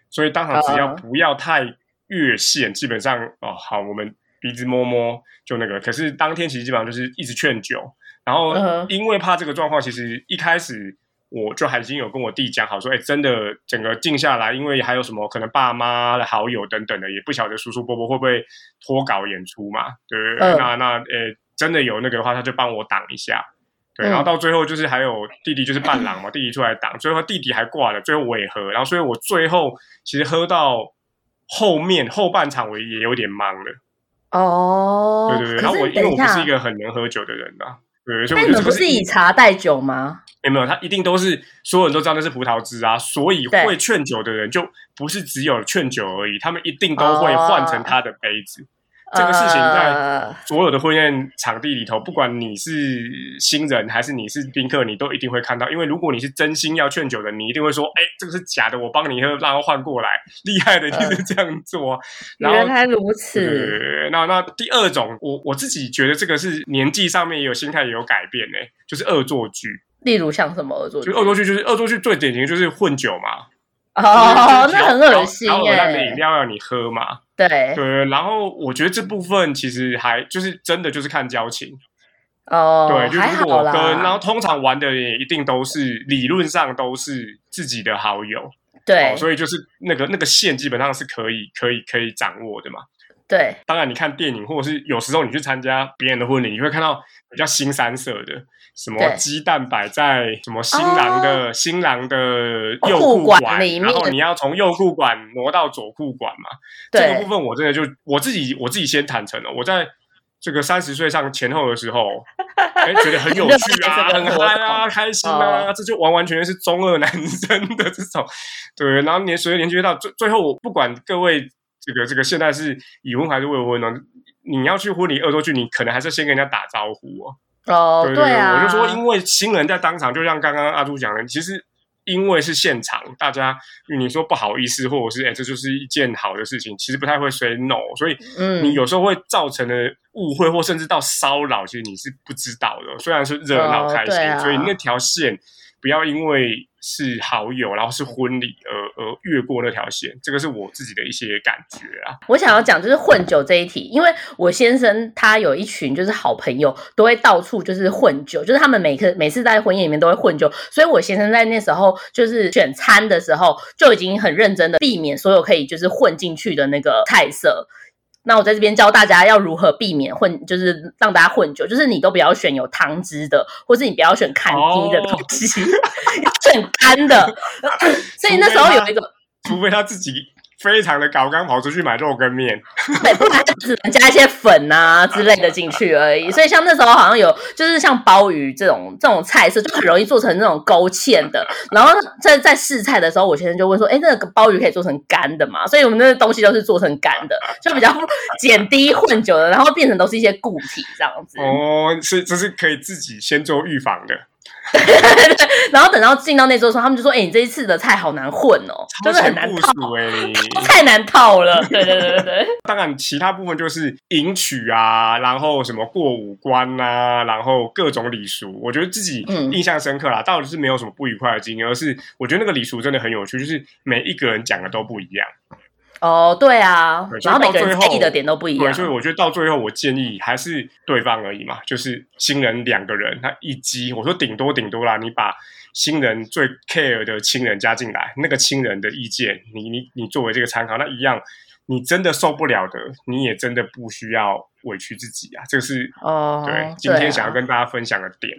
Speaker 1: 所以当场只要
Speaker 2: 嗯
Speaker 1: 不要太越线，基本上哦好，我们鼻子摸摸就那个。可是当天其实基本上就是一直劝酒，然后
Speaker 2: 嗯哼
Speaker 1: 因为怕这个状况，其实一开始我就还已经有跟我弟讲好说，哎，真的整个静下来，因为还有什么可能爸妈的好友等等的，也不晓得叔叔伯伯会不会脱稿演出嘛，对不对？
Speaker 2: 嗯
Speaker 1: 那那呃，真的有那个的话，他就帮我挡一下。对，
Speaker 2: 嗯
Speaker 1: 然后呃到最后就是还有弟弟就是伴郎嘛，弟弟出来挡，最后弟弟还挂了，最后我也喝，然后所以我最后其实喝到后面后半场我也有点懵了，
Speaker 2: 哦，
Speaker 1: 对对对，然
Speaker 2: 可
Speaker 1: 后我
Speaker 2: 是
Speaker 1: 因为
Speaker 2: 等
Speaker 1: 我
Speaker 2: 一
Speaker 1: 不
Speaker 2: 下
Speaker 1: 是一，个很能喝酒的人啊，对，所以
Speaker 2: 那
Speaker 1: 我觉得
Speaker 2: 你们
Speaker 1: 这
Speaker 2: 不
Speaker 1: 个
Speaker 2: 是
Speaker 1: 是
Speaker 2: 以茶代酒吗？
Speaker 1: 没有没有，他一定都是所有人都知道那是葡萄汁啊，所以
Speaker 2: 对
Speaker 1: 会劝酒的人就不是只有劝酒而已，他们一定
Speaker 2: 哦
Speaker 1: 都会换成他的杯子。这个事情在
Speaker 2: 呃
Speaker 1: 所有的婚宴场地里头，不管你是新人还是你是宾客，你都一定会看到。因为如果你是真心要劝酒的，你一定会说：“哎，这个是假的，我帮你喝，让他换过来。”厉害的一定是这样做啊。然
Speaker 2: 嗯原
Speaker 1: 后
Speaker 2: 来如
Speaker 1: 对对
Speaker 2: 此，
Speaker 1: 对，对那那第二种，我我自己觉得这个是年纪上面也有心态也有改变呢、欸就是恶作剧。
Speaker 2: 例如像什么恶作剧
Speaker 1: 就？恶作剧，就是恶作剧最典型的就是混酒嘛。
Speaker 2: 哦，
Speaker 1: 就是
Speaker 2: 那很恶心
Speaker 1: 然后然后让你饮
Speaker 2: 哎。
Speaker 1: 料让你喝嘛。
Speaker 2: 对，
Speaker 1: 对，然后我觉得这部分其实还就是真的就是看交情。
Speaker 2: 哦，
Speaker 1: 对，就
Speaker 2: 还
Speaker 1: 是如
Speaker 2: 好
Speaker 1: 果
Speaker 2: 啦。
Speaker 1: 跟，然后通常玩的也一定都是理论上都是自己的好友，
Speaker 2: 对
Speaker 1: 哦，所以就是那个那个线基本上是可以可以可以掌握的嘛。
Speaker 2: 对，
Speaker 1: 当然，你看电影，或者是有时候你去参加别人的婚礼，你会看到比较新三色的，什么
Speaker 2: 对哦
Speaker 1: 鸡蛋摆在什么新郎的、新郎的右
Speaker 2: 裤
Speaker 1: 裤
Speaker 2: 管
Speaker 1: 管
Speaker 2: 里面
Speaker 1: 然后你要从右裤管挪到左裤管嘛。这个
Speaker 2: 对
Speaker 1: 部分我真的就我自己我自己先坦诚了，我在这个三十岁上前后的时候，哎，觉得很有趣啊，
Speaker 2: 热爱这个
Speaker 1: 很
Speaker 2: 活动
Speaker 1: 嗨啊，开心啊，
Speaker 2: 哦
Speaker 1: 这就完完全全是中二男生的这种， 对。然后年随着年纪越大，最最后我不管各位这个这个现在是已婚还是未婚呢，你要去婚礼恶作剧，你可能还是先跟人家打招呼哦。
Speaker 2: 哦，
Speaker 1: 对对
Speaker 2: 啊，
Speaker 1: 我就说，因为新人在当场，就像刚刚阿朱讲的，其实因为是现场，大家你说不好意思，或者是哎、这就是一件好的事情，其实不太会 say no，所以
Speaker 2: 嗯，
Speaker 1: 你有时候会造成的误会，或甚至到骚扰，其实你是不知道的。虽然是热闹
Speaker 2: 哦
Speaker 1: 开心，
Speaker 2: 对啊
Speaker 1: 所以那条线不要因为是好友，然后是婚礼而而越过那条线，这个是我自己的一些感觉啊。
Speaker 2: 我想要讲就是混酒这一题，因为我先生他有一群就是好朋友，都会到处就是混酒，就是他们每个每次在婚宴里面都会混酒，所以我先生在那时候就是选餐的时候就已经很认真的避免所有可以就是混进去的那个菜色。那我在这边教大家要如何避免混，就是让大家混酒，就是你都不要选有汤汁的，或是你不要选看低的
Speaker 1: 哦
Speaker 2: 东西，要 选干的。 所以那时候有一个
Speaker 1: 除非他自己非常的搞刚跑出去买肉跟面，
Speaker 2: 对，不然就只能加一些粉啊之类的进去而
Speaker 1: 啊
Speaker 2: 已。所以像那时候好像有，就是像鲍鱼这种这种菜色，就很容易做成那种勾芡 的。然后在在试菜的时候，我先生就问说：“哎，那个鲍鱼可以做成干的嘛？”所以我们那个东西都是做成干 的，就比较减低混
Speaker 1: 哦嗯
Speaker 2: 久的，然后变成都是一些固体这样子。
Speaker 1: 哦，是这是可以自己先做预防的。
Speaker 2: 然后等到进到那桌的时候，他们就说：“哎、你这一次的菜好难混哦，
Speaker 1: 超
Speaker 2: 就是
Speaker 1: 前
Speaker 2: 很难
Speaker 1: 部
Speaker 2: 套，
Speaker 1: 署哎。
Speaker 2: 太难 套了。”对对对对对，
Speaker 1: 当然，其他部分就是迎娶啊，然后什么过五关啊，然后各种礼俗，我觉得自己
Speaker 2: 嗯
Speaker 1: 印象深刻啦。到底是没有什么不愉快的经验，而是我觉得那个礼俗真的很有趣，就是每一个人讲的都不一样。
Speaker 2: 哦，对啊
Speaker 1: 对，所以
Speaker 2: 然后每个
Speaker 1: 到
Speaker 2: 人
Speaker 1: 最
Speaker 2: 在
Speaker 1: 后
Speaker 2: 意的点都不一
Speaker 1: 对，
Speaker 2: 样
Speaker 1: 所。以我觉得到最后，我建议还是对方而已嘛，就是新人两个人，他一机，我说顶多顶多啦，你把新人最 care 的亲人加进来，那个亲人的意见，你你你作为这个参考，那一样，你真的受不了的，你也真的不需要委屈自己啊，这个是
Speaker 2: 哦，
Speaker 1: 对、今天
Speaker 2: 啊
Speaker 1: 想要跟大家分享的点。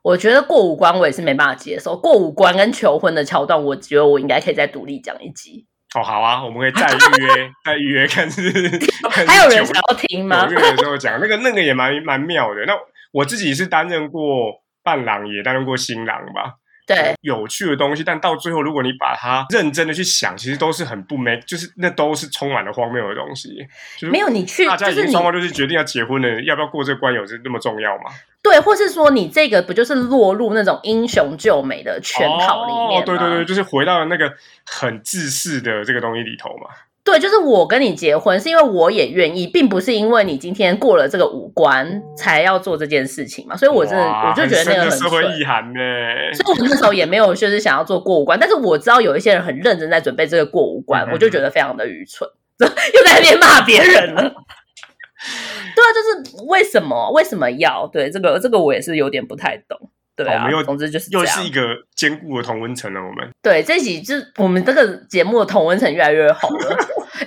Speaker 2: 我觉得过五关我也是没办法接受，过五关跟求婚的桥段，我觉得我应该可以再独立讲一 集。
Speaker 1: 哦，好啊，我们可以再预约， 再预约看是看是
Speaker 2: 还有人
Speaker 1: 久
Speaker 2: 想要听吗
Speaker 1: 九？月的时候讲，那个那个也蛮蛮妙的。那我自己是担任过伴郎，也担任过新郎吧。
Speaker 2: 对，，
Speaker 1: 有趣的东西，但到最后，如果你把它认真的去想，其实都是很不 make，就是那都是充满了荒谬的东西。就是
Speaker 2: 没有你去，
Speaker 1: 嗯大家
Speaker 2: 就
Speaker 1: 已
Speaker 2: 是
Speaker 1: 经
Speaker 2: 你
Speaker 1: 双方就是决定要结婚了，要不要过这关有这那么重要吗？
Speaker 2: 对，或是说你这个不就是落入那种英雄救美的圈套里面吗、
Speaker 1: 哦，对对对，就是回到了那个很自私的这个东西里头嘛。
Speaker 2: 对，就是我跟你结婚，是因为我也愿意，并不是因为你今天过了这个五关才要做这件事情嘛。所以我真的
Speaker 1: 哇
Speaker 2: 我就觉得
Speaker 1: 很深
Speaker 2: 那个
Speaker 1: 的
Speaker 2: 很
Speaker 1: 社会
Speaker 2: 蠢
Speaker 1: 意涵呢。
Speaker 2: 所以我那时候也没有就是想要做过五关，但是我知道有一些人很认真在准备这个过五关，
Speaker 1: 嗯
Speaker 2: 我就觉得非常的愚蠢， 又在那边骂别人了。对啊，就是为什么为什么要对这个这个我也是有点不太懂。对
Speaker 1: 好我
Speaker 2: 啊，
Speaker 1: 们又
Speaker 2: 总之就是这
Speaker 1: 哦又
Speaker 2: 样
Speaker 1: 是一。个坚固的同温层了，我们
Speaker 2: 对，这集就是我们这个节目的同温层越来越好 了，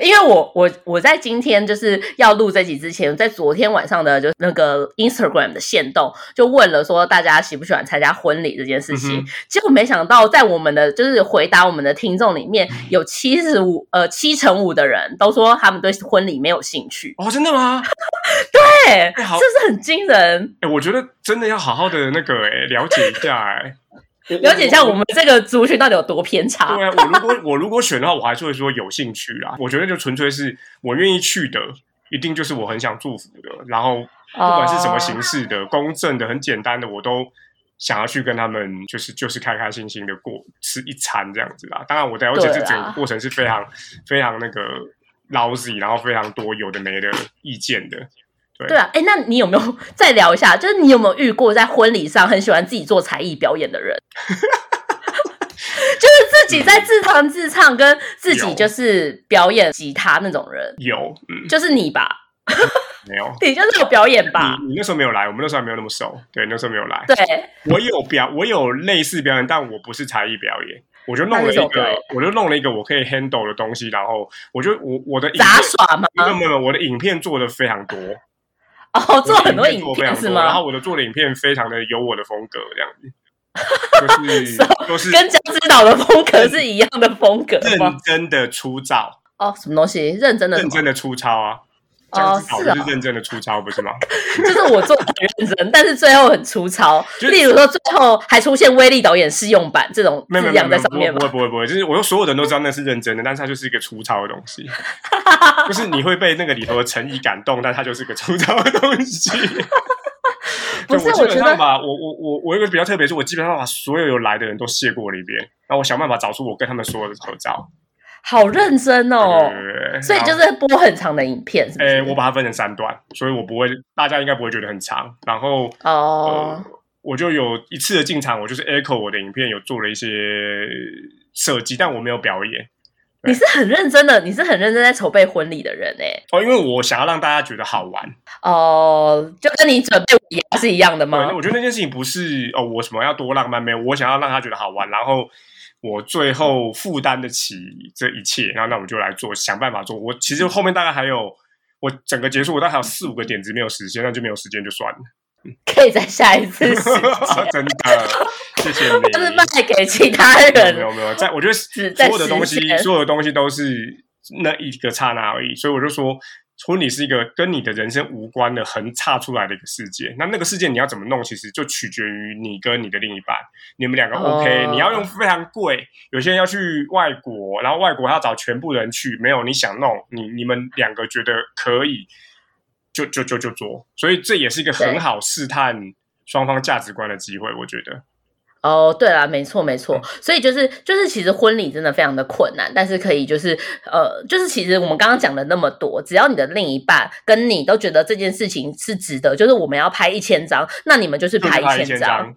Speaker 2: 因为我我我在今天就是要录这集之前，在昨天晚上的就是那个 Instagram 的限动，就问了说大家喜不喜欢参加婚礼这件事情，
Speaker 1: 嗯哼
Speaker 2: 结果没想到在我们的就是回答我们的听众里
Speaker 1: 嗯
Speaker 2: 面，有七十五呃七成五的人都说他们对婚礼没有兴趣，
Speaker 1: 哦，真的吗？
Speaker 2: 对，
Speaker 1: 哎
Speaker 2: 这
Speaker 1: 好
Speaker 2: 是很惊人。
Speaker 1: 哎、我觉得真的要好好的那个哎、了解一下哎、
Speaker 2: 了解一下我们这个族群到底有多偏差
Speaker 1: 对。啊，我如果 我如果选的话，我还是会说有兴趣啦。我觉得就纯粹是我愿意去的，一定就是我很想祝福的。然后
Speaker 2: 哦
Speaker 1: 不管是什么形式的、公正的、很简单的，我都想要去跟他们，就是就是开开心心的过吃一餐这样子啦。当然，我了解这
Speaker 2: 对啦啊
Speaker 1: 整个过程是非常非常那个 lousy，然后非常多有的没的意见的。
Speaker 2: 对啊，哎，那你有没有再聊一下？就是你有没有遇过在婚礼上很喜欢自己做才艺表演的人？ 就是自己在自弹自唱，跟自己
Speaker 1: 有
Speaker 2: 就是表演吉他那种人，
Speaker 1: 有，嗯，
Speaker 2: 就是你吧？
Speaker 1: 没有。
Speaker 2: 你就是有表演吧？
Speaker 1: 你你那时候没有来，我们那时候还没有那么熟，对，那时候没有来。
Speaker 2: 对，
Speaker 1: 我有表，我有类似表演，但我不是才艺表演，我就弄了
Speaker 2: 那是什
Speaker 1: 一
Speaker 2: 么表
Speaker 1: 个
Speaker 2: 演，
Speaker 1: 我就弄了一个我可以 handle 的东西，然后我就我我的影片
Speaker 2: 杂耍吗？
Speaker 1: 没有没有，没有我的影片做的非常多，
Speaker 2: 哦，做很多
Speaker 1: 我的
Speaker 2: 影
Speaker 1: 做得非
Speaker 2: 片
Speaker 1: 常
Speaker 2: 是
Speaker 1: 多，然
Speaker 2: 吗
Speaker 1: 后？我的做的影片非常的有我的风格，这样 子，就是就是
Speaker 2: 跟江指导的风格是一样的风格吗
Speaker 1: 认？真的出照，
Speaker 2: 哦，什么东西？认真的什
Speaker 1: 认
Speaker 2: 么，
Speaker 1: 真的出操啊，这样
Speaker 2: 哦
Speaker 1: 子好
Speaker 2: 是啊
Speaker 1: 就是认真的出操，不是吗？
Speaker 2: 就是我做的很认真，但是最后很粗糙。
Speaker 1: 就是
Speaker 2: 例如说，最后还出现威力导演试用版这种
Speaker 1: 没有没
Speaker 2: 字
Speaker 1: 有没有
Speaker 2: 样
Speaker 1: 没
Speaker 2: 在
Speaker 1: 有，
Speaker 2: 上
Speaker 1: 不会
Speaker 2: 面
Speaker 1: 不
Speaker 2: 吗
Speaker 1: 会？不会不会，就是我说所有人都知道那是认真的，但是它就是一个粗糙的东西，就是你会被那个里头的诚意感动，但它就是个粗糙的东西。
Speaker 2: 不
Speaker 1: 对
Speaker 2: 是
Speaker 1: 我基
Speaker 2: 我
Speaker 1: 本
Speaker 2: 觉
Speaker 1: 上
Speaker 2: 得
Speaker 1: 把我我我我有一个比较特别，是我基本上把所有有来的人都谢过了一遍，然后我想办法找出我跟他们所有的合照。
Speaker 2: 好认真
Speaker 1: 对，
Speaker 2: 哦，
Speaker 1: 对对
Speaker 2: 所以就是播很长的影片，是不
Speaker 1: 嗯诶、
Speaker 2: 是？
Speaker 1: 我把它分成三段，所以我不会，大家应该不会觉得很长。然后
Speaker 2: 哦，
Speaker 1: 呃我就有一次的进场，我就是 echo 我的影片有做了一些设计，但我没有表演。对
Speaker 2: 你是很认真的，你是很认真在筹备婚礼的人哎。
Speaker 1: 哦，因为我想要让大家觉得好玩。
Speaker 2: 哦，就跟你准备尾牙是一样的
Speaker 1: 对，
Speaker 2: 吗？
Speaker 1: 我觉得那件事情不是哦，我什么要多浪漫，没有，我想要让他觉得好玩，然后我最后负担得起这一切，然后那我们就来做，想办法做。我其实后面大概还有。我整个结束，我大概还有四五个点子没有实现，那就没有时间就算了。
Speaker 2: 可以在下一次实践，
Speaker 1: 真的，谢谢你。
Speaker 2: 就是卖给其他
Speaker 1: 没
Speaker 2: 人。
Speaker 1: 有没有，在我觉得
Speaker 2: 只
Speaker 1: 所有的东
Speaker 2: 在实
Speaker 1: 西，
Speaker 2: 现
Speaker 1: 所有的东西都是那一个刹那而已。所以我就说，婚礼是一个跟你的人生无关的横岔出来的一个世界。那那个世界你要怎么弄，其实就取决于你跟你的另一半，你们两个
Speaker 2: 哦
Speaker 1: OK、你要用非常贵，有些人要去外国，然后外国还要找全部人去，没有你想弄，你你们两个觉得可以，就就就就做。所以这也是一个
Speaker 2: 对
Speaker 1: 很好试探双方价值观的机会，我觉得。
Speaker 2: 哦，对啦，没错没
Speaker 1: 嗯
Speaker 2: 错，所以就是就是，其实婚礼真的非常的困难，但是可以就是呃，就是其实我们刚刚讲了那么多，只要你的另一半跟你都觉得这件事情是值得，就是我们要拍一千张，那你们就是
Speaker 1: 就是
Speaker 2: 拍
Speaker 1: 拍一
Speaker 2: 千张
Speaker 1: 张，，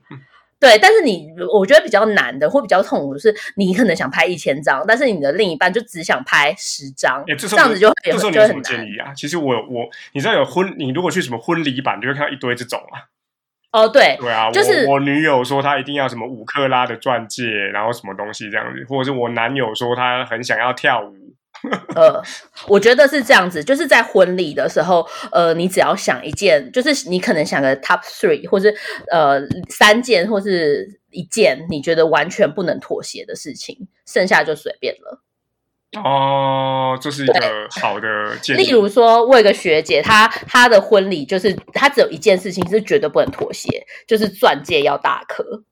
Speaker 2: 对，但是你我觉得比较难的或比较痛苦的是，你可能想拍一千张，但是你的另一半就只想拍十张，
Speaker 1: 哎，这
Speaker 2: 这
Speaker 1: 时候
Speaker 2: 样
Speaker 1: 你
Speaker 2: 子就会
Speaker 1: 这时候
Speaker 2: 很
Speaker 1: 你
Speaker 2: 就
Speaker 1: 有
Speaker 2: 会
Speaker 1: 什
Speaker 2: 很
Speaker 1: 么
Speaker 2: 难
Speaker 1: 建。议啊？其实我我你知道有婚，你如果去什么婚礼版，你就会看到一堆这种啊。
Speaker 2: 哦，对，
Speaker 1: 对啊，
Speaker 2: 就是
Speaker 1: 我我女友说她一定要什么五克拉的钻戒，然后什么东西这样子，或者是我男友说他很想要跳舞，
Speaker 2: 呃，我觉得是这样子，就是在婚礼的时候，呃，你只要想一件，就是你可能想个 top three，或是呃三件，或是一件你觉得完全不能妥协的事情，剩下就随便了。
Speaker 1: 哦，这是一个好的建议。
Speaker 2: 例如说，我有个学姐，她她的婚礼就是她只有一件事情是绝对不能妥协，就是钻戒要大颗。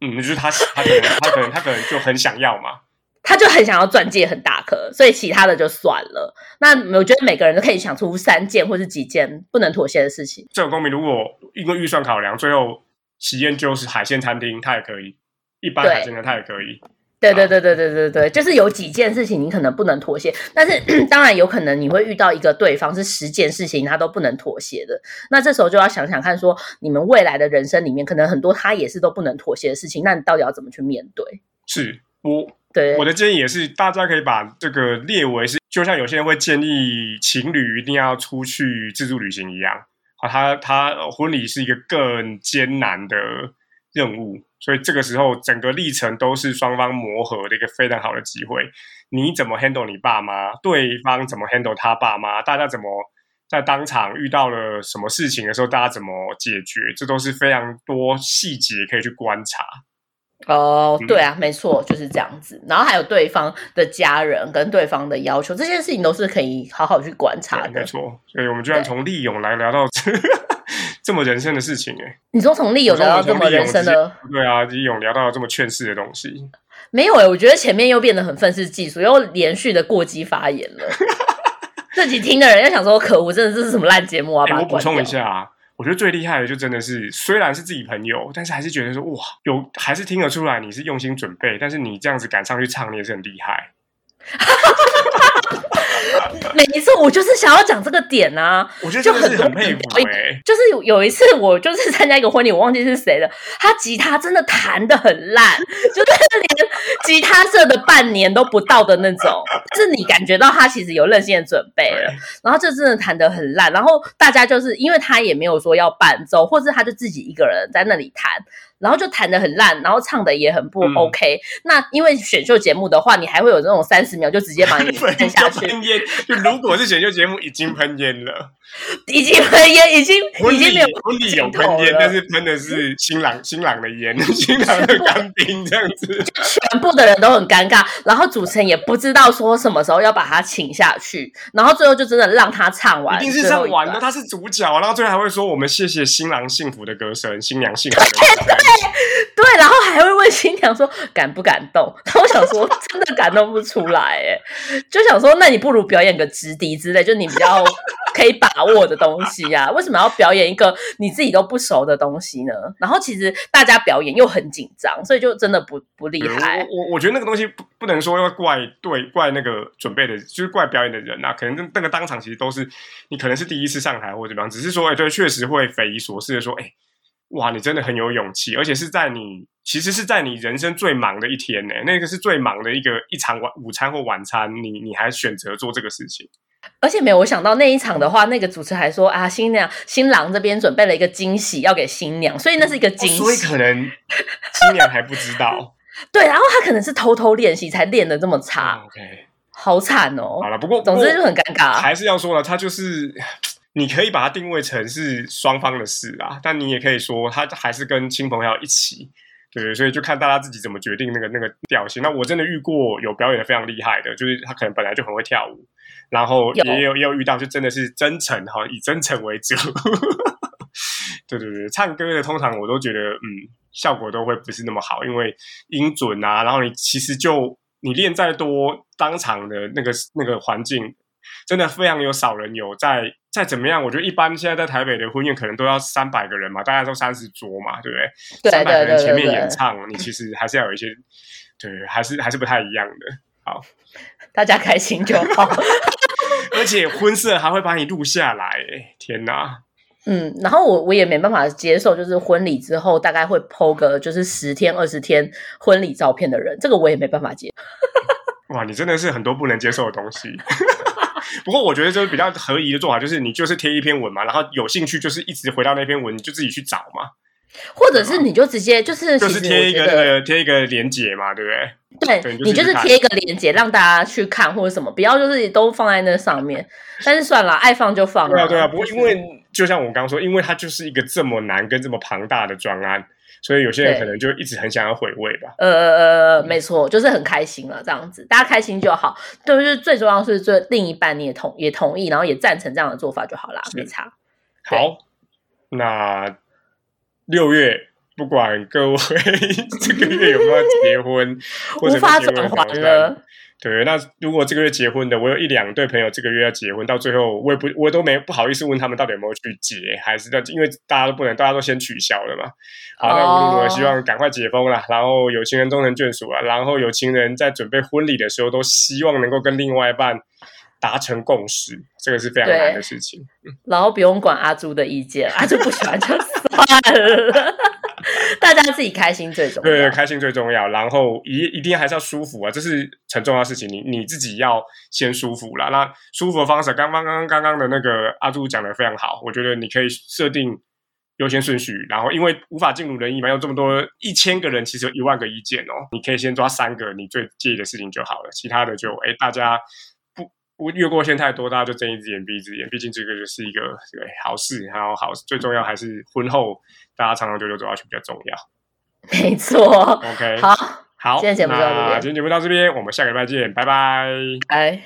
Speaker 1: 嗯，就是他他可能他可能他可能就很想要嘛，
Speaker 2: 她就很想要钻戒很大颗，所以其他的就算了。那我觉得每个人都可以想出三件或是几件不能妥协的事情。
Speaker 1: 这种公民如果因为预算考量，最后喜宴就是海鲜餐厅，他也可以，一般
Speaker 2: 对
Speaker 1: 海鲜餐他也可以。
Speaker 2: 对对
Speaker 1: 啊
Speaker 2: 对对对对对，就是有几件事情你可能不能妥协，但是嗯当然有可能你会遇到一个对方是十件事情他都不能妥协的，那这时候就要想想看说，你们未来的人生里面可能很多他也是都不能妥协的事情，那你到底要怎么去面对？
Speaker 1: 是我
Speaker 2: 对
Speaker 1: 我的建议也是，大家可以把这个列为是，就像有些人会建议情侣一定要出去自助旅行一样，啊，他他呃婚礼是一个更艰难的任务，所以这个时候整个历程都是双方磨合的一个非常好的机会。你怎么 handle 你爸妈，对方怎么 handle 他爸妈，大家怎么在当场遇到了什么事情的时候，大家怎么解决，这都是非常多细节可以去观察。
Speaker 2: 哦
Speaker 1: 嗯，
Speaker 2: 对啊，没错，就是这样子。然后还有对方的家人跟对方的要求，这些事情都是可以好好去观察
Speaker 1: 对没
Speaker 2: 的。
Speaker 1: 错。所以我们居然从利勇来聊到 这这么人生的事情、哎，
Speaker 2: 你说从利友
Speaker 1: 我说我
Speaker 2: 聊到这
Speaker 1: 从
Speaker 2: 么
Speaker 1: 利友
Speaker 2: 人生
Speaker 1: 直接
Speaker 2: 的。
Speaker 1: 对啊，利勇聊到这么劝世的东西，
Speaker 2: 没有诶、欸我觉得前面又变得很愤世嫉俗，又连续的过激发言 了。这集听的人又想说，可恶，真的这是什么烂节目啊！
Speaker 1: 哎
Speaker 2: 把它
Speaker 1: 我补
Speaker 2: 关
Speaker 1: 充
Speaker 2: 掉
Speaker 1: 一，下啊。我觉得最厉害的就真的是，虽然是自己朋友，但是还是觉得说哇，有还是听得出来你是用心准备，但是你这样子敢上去唱，你也是很厉害。
Speaker 2: 每一次我就是想要讲这个点啊。
Speaker 1: 我觉得
Speaker 2: 就
Speaker 1: 真的是
Speaker 2: 很
Speaker 1: 很
Speaker 2: 多
Speaker 1: 佩
Speaker 2: 人
Speaker 1: 服
Speaker 2: 表演
Speaker 1: 哎、
Speaker 2: 就是有有一次，我就是参加一个婚礼，我忘记是谁了。他吉他真的弹的很烂，就是连吉他社的半年都不到的那种。但是你感觉到他其实有任性的准备了，
Speaker 1: 对，
Speaker 2: 然后就真的弹得很烂，然后大家就是因为他也没有说要伴奏，或者他就自己一个人在那里弹，然后就弹得很烂，然后唱的也很不
Speaker 1: 嗯
Speaker 2: OK、那因为选秀节目的话，你还会有那种三十秒就直接把 你
Speaker 1: 喷
Speaker 2: 喷下
Speaker 1: 就
Speaker 2: 去，
Speaker 1: 喷烟，就如果是选秀节目，已经喷烟 了。
Speaker 2: 已经喷烟，已经
Speaker 1: 婚
Speaker 2: 已
Speaker 1: 礼
Speaker 2: 经没有
Speaker 1: 婚礼有
Speaker 2: 尽头
Speaker 1: 喷烟，
Speaker 2: 了
Speaker 1: 但是喷的是新郎新郎的烟， 新郎的干冰这样子。
Speaker 2: 全部的人都很尴尬，然后主持人也不知道说什么时候要把他请下去，然后最后就真的让他唱完，
Speaker 1: 一定是
Speaker 2: 最后
Speaker 1: 上
Speaker 2: 一
Speaker 1: 完
Speaker 2: 段
Speaker 1: 的，他是主角，然后最后还会说我们谢谢新郎幸福的歌声，新娘幸福的 歌声。
Speaker 2: 对，然后还会问新娘说感不感动？ 然后我想说，真的感动不出来，哎，就想说，那你不如表演个直笛之类，就你比较可以把握的东西啊，为什么要表演一个你自己都不熟的东西呢？然后其实大家表演又很紧张，所以就真的不不厉害。
Speaker 1: 我我我觉得那个东西不不能说要怪对怪那个准备的，就是怪表演的人啊，可能那那个当场其实都是你可能是第一次上台或者怎么样，只是说哎、对，确实会匪夷所思的说哎、哇你真的很有勇气，而且是在你其实是在你人生最忙的一天呢、那个是最忙的一个一场晚午餐或晚餐，你你还选择做这个事情。
Speaker 2: 而且没有我想到那一场的话，那个主持人还说啊，新娘新郎这边准备了一个惊喜要给新娘，所以那是一个
Speaker 1: 哦
Speaker 2: 惊喜。
Speaker 1: 所以可能新娘还不知 道。
Speaker 2: 对，然后他可能是偷偷练习才练的这么差，
Speaker 1: 嗯，OK，
Speaker 2: 好惨哦
Speaker 1: 好。了，不过
Speaker 2: 总之就很尴尬、
Speaker 1: 尬还是要说了，它就是 你可以把它定位成是双方的事啊，但你也可以说它还是跟亲朋好友一起。对所以就看大家自己怎么决定那个那个调性。那我真的遇过有表演的非常厉害的，就是他可能本来就很会跳舞，然后
Speaker 2: 有
Speaker 1: 也有也有遇到就真的是真诚哈，以真诚为主。 对对对，唱歌的通常我都觉得，嗯，效果都会不是那么好，因为音准啊，然后你其实就你练再多，当场的那个那个环境真的非常有少人有在再怎么样，我觉得一般现在在台北的婚宴可能都要三百个人嘛，大概都三十桌嘛，对不对？
Speaker 2: 对
Speaker 1: 三百个
Speaker 2: 对
Speaker 1: 人
Speaker 2: 对
Speaker 1: 前
Speaker 2: 对
Speaker 1: 面演
Speaker 2: 对，
Speaker 1: 唱，你其实还是要有一些，对，还是还是不太一样的。
Speaker 2: 大家开心就好。
Speaker 1: 而且婚摄还会把你录下来，哎天哪！
Speaker 2: 嗯，然后我我也没办法接受，就是婚礼之后大概会 PO 个就是十天二十天婚礼照片的人，这个我也没办法接。
Speaker 1: 哇，你真的是很多不能接受的东西。 不过我觉得就是比较合宜的做法，就是你就是贴一篇文嘛，然后有兴趣就是一直回到那篇文，你就自己去找嘛，
Speaker 2: 或者是你就直接就是，
Speaker 1: 啊就
Speaker 2: 其
Speaker 1: 是
Speaker 2: 实
Speaker 1: 贴
Speaker 2: 我
Speaker 1: 一个
Speaker 2: 觉
Speaker 1: 那
Speaker 2: 得，
Speaker 1: 个贴一个连结嘛，对不对？对
Speaker 2: 对
Speaker 1: 你就
Speaker 2: 你
Speaker 1: 自己
Speaker 2: 就
Speaker 1: 去
Speaker 2: 是
Speaker 1: 看
Speaker 2: 贴一个链接让大家去看或者什么，不要就是都放在那上面。但是算了，爱放就放
Speaker 1: 对啊，
Speaker 2: 了。
Speaker 1: 对啊。不过
Speaker 2: 就
Speaker 1: 因
Speaker 2: 是
Speaker 1: 为就像我刚刚说，因为它就是一个这么难跟这么庞大的专案，所以有些人
Speaker 2: 对
Speaker 1: 可能就一直很想要回味吧。
Speaker 2: 呃，没错，就是很开心了，这样子，大家开心就好。对，就是最重要是最另一半你也同也同意，然后也赞成这样的做法就好啦，
Speaker 1: 是
Speaker 2: 没差。
Speaker 1: 好，那六月不管各位 这个月有没有结婚，或
Speaker 2: 无
Speaker 1: 者
Speaker 2: 法
Speaker 1: 没结婚
Speaker 2: 转
Speaker 1: 的
Speaker 2: 还
Speaker 1: 打算
Speaker 2: 了。
Speaker 1: 对，那如果这个月结婚的，我有一两对朋友这个月要结婚，到最后我也不，我都没不好意思问他们到底有没有去结，还是要因为大家都不能，大家都先取消了嘛。好，那无论如何，
Speaker 2: 哦
Speaker 1: 希望赶快解封啦，然后有情人终成眷属啦，然后有情人在准备婚礼的时候，都希望能够跟另外一半达成共识，这个是非常
Speaker 2: 对
Speaker 1: 难的事情。
Speaker 2: 然后不用管阿朱的意见，阿朱不喜欢就算了， 大家自己开心最重
Speaker 1: 对，啊
Speaker 2: 要。
Speaker 1: 开心最重要，然后一一定还是要舒服啊，这是很重要的事情。你你自己要先舒服啦。那舒服的方式，刚刚刚刚刚的那个阿朱讲的非常好，我觉得你可以设定优先顺序，然后因为无法尽如人意嘛，有这么多一千个人，其实有一万个意见哦，你可以先抓三个你最介意的事情就好了，其他的就哎大家。不不越过线太多，大家就睁一只眼闭一只眼。毕竟这个就是一个对好事，然后好最重要还是婚后大家长长久久走下去比较重要。
Speaker 2: 没错，
Speaker 1: OK，
Speaker 2: 好，
Speaker 1: 好，
Speaker 2: 今天节目就到这边
Speaker 1: 那今天节目到这边，我们下个礼拜见，拜拜。
Speaker 2: 哎。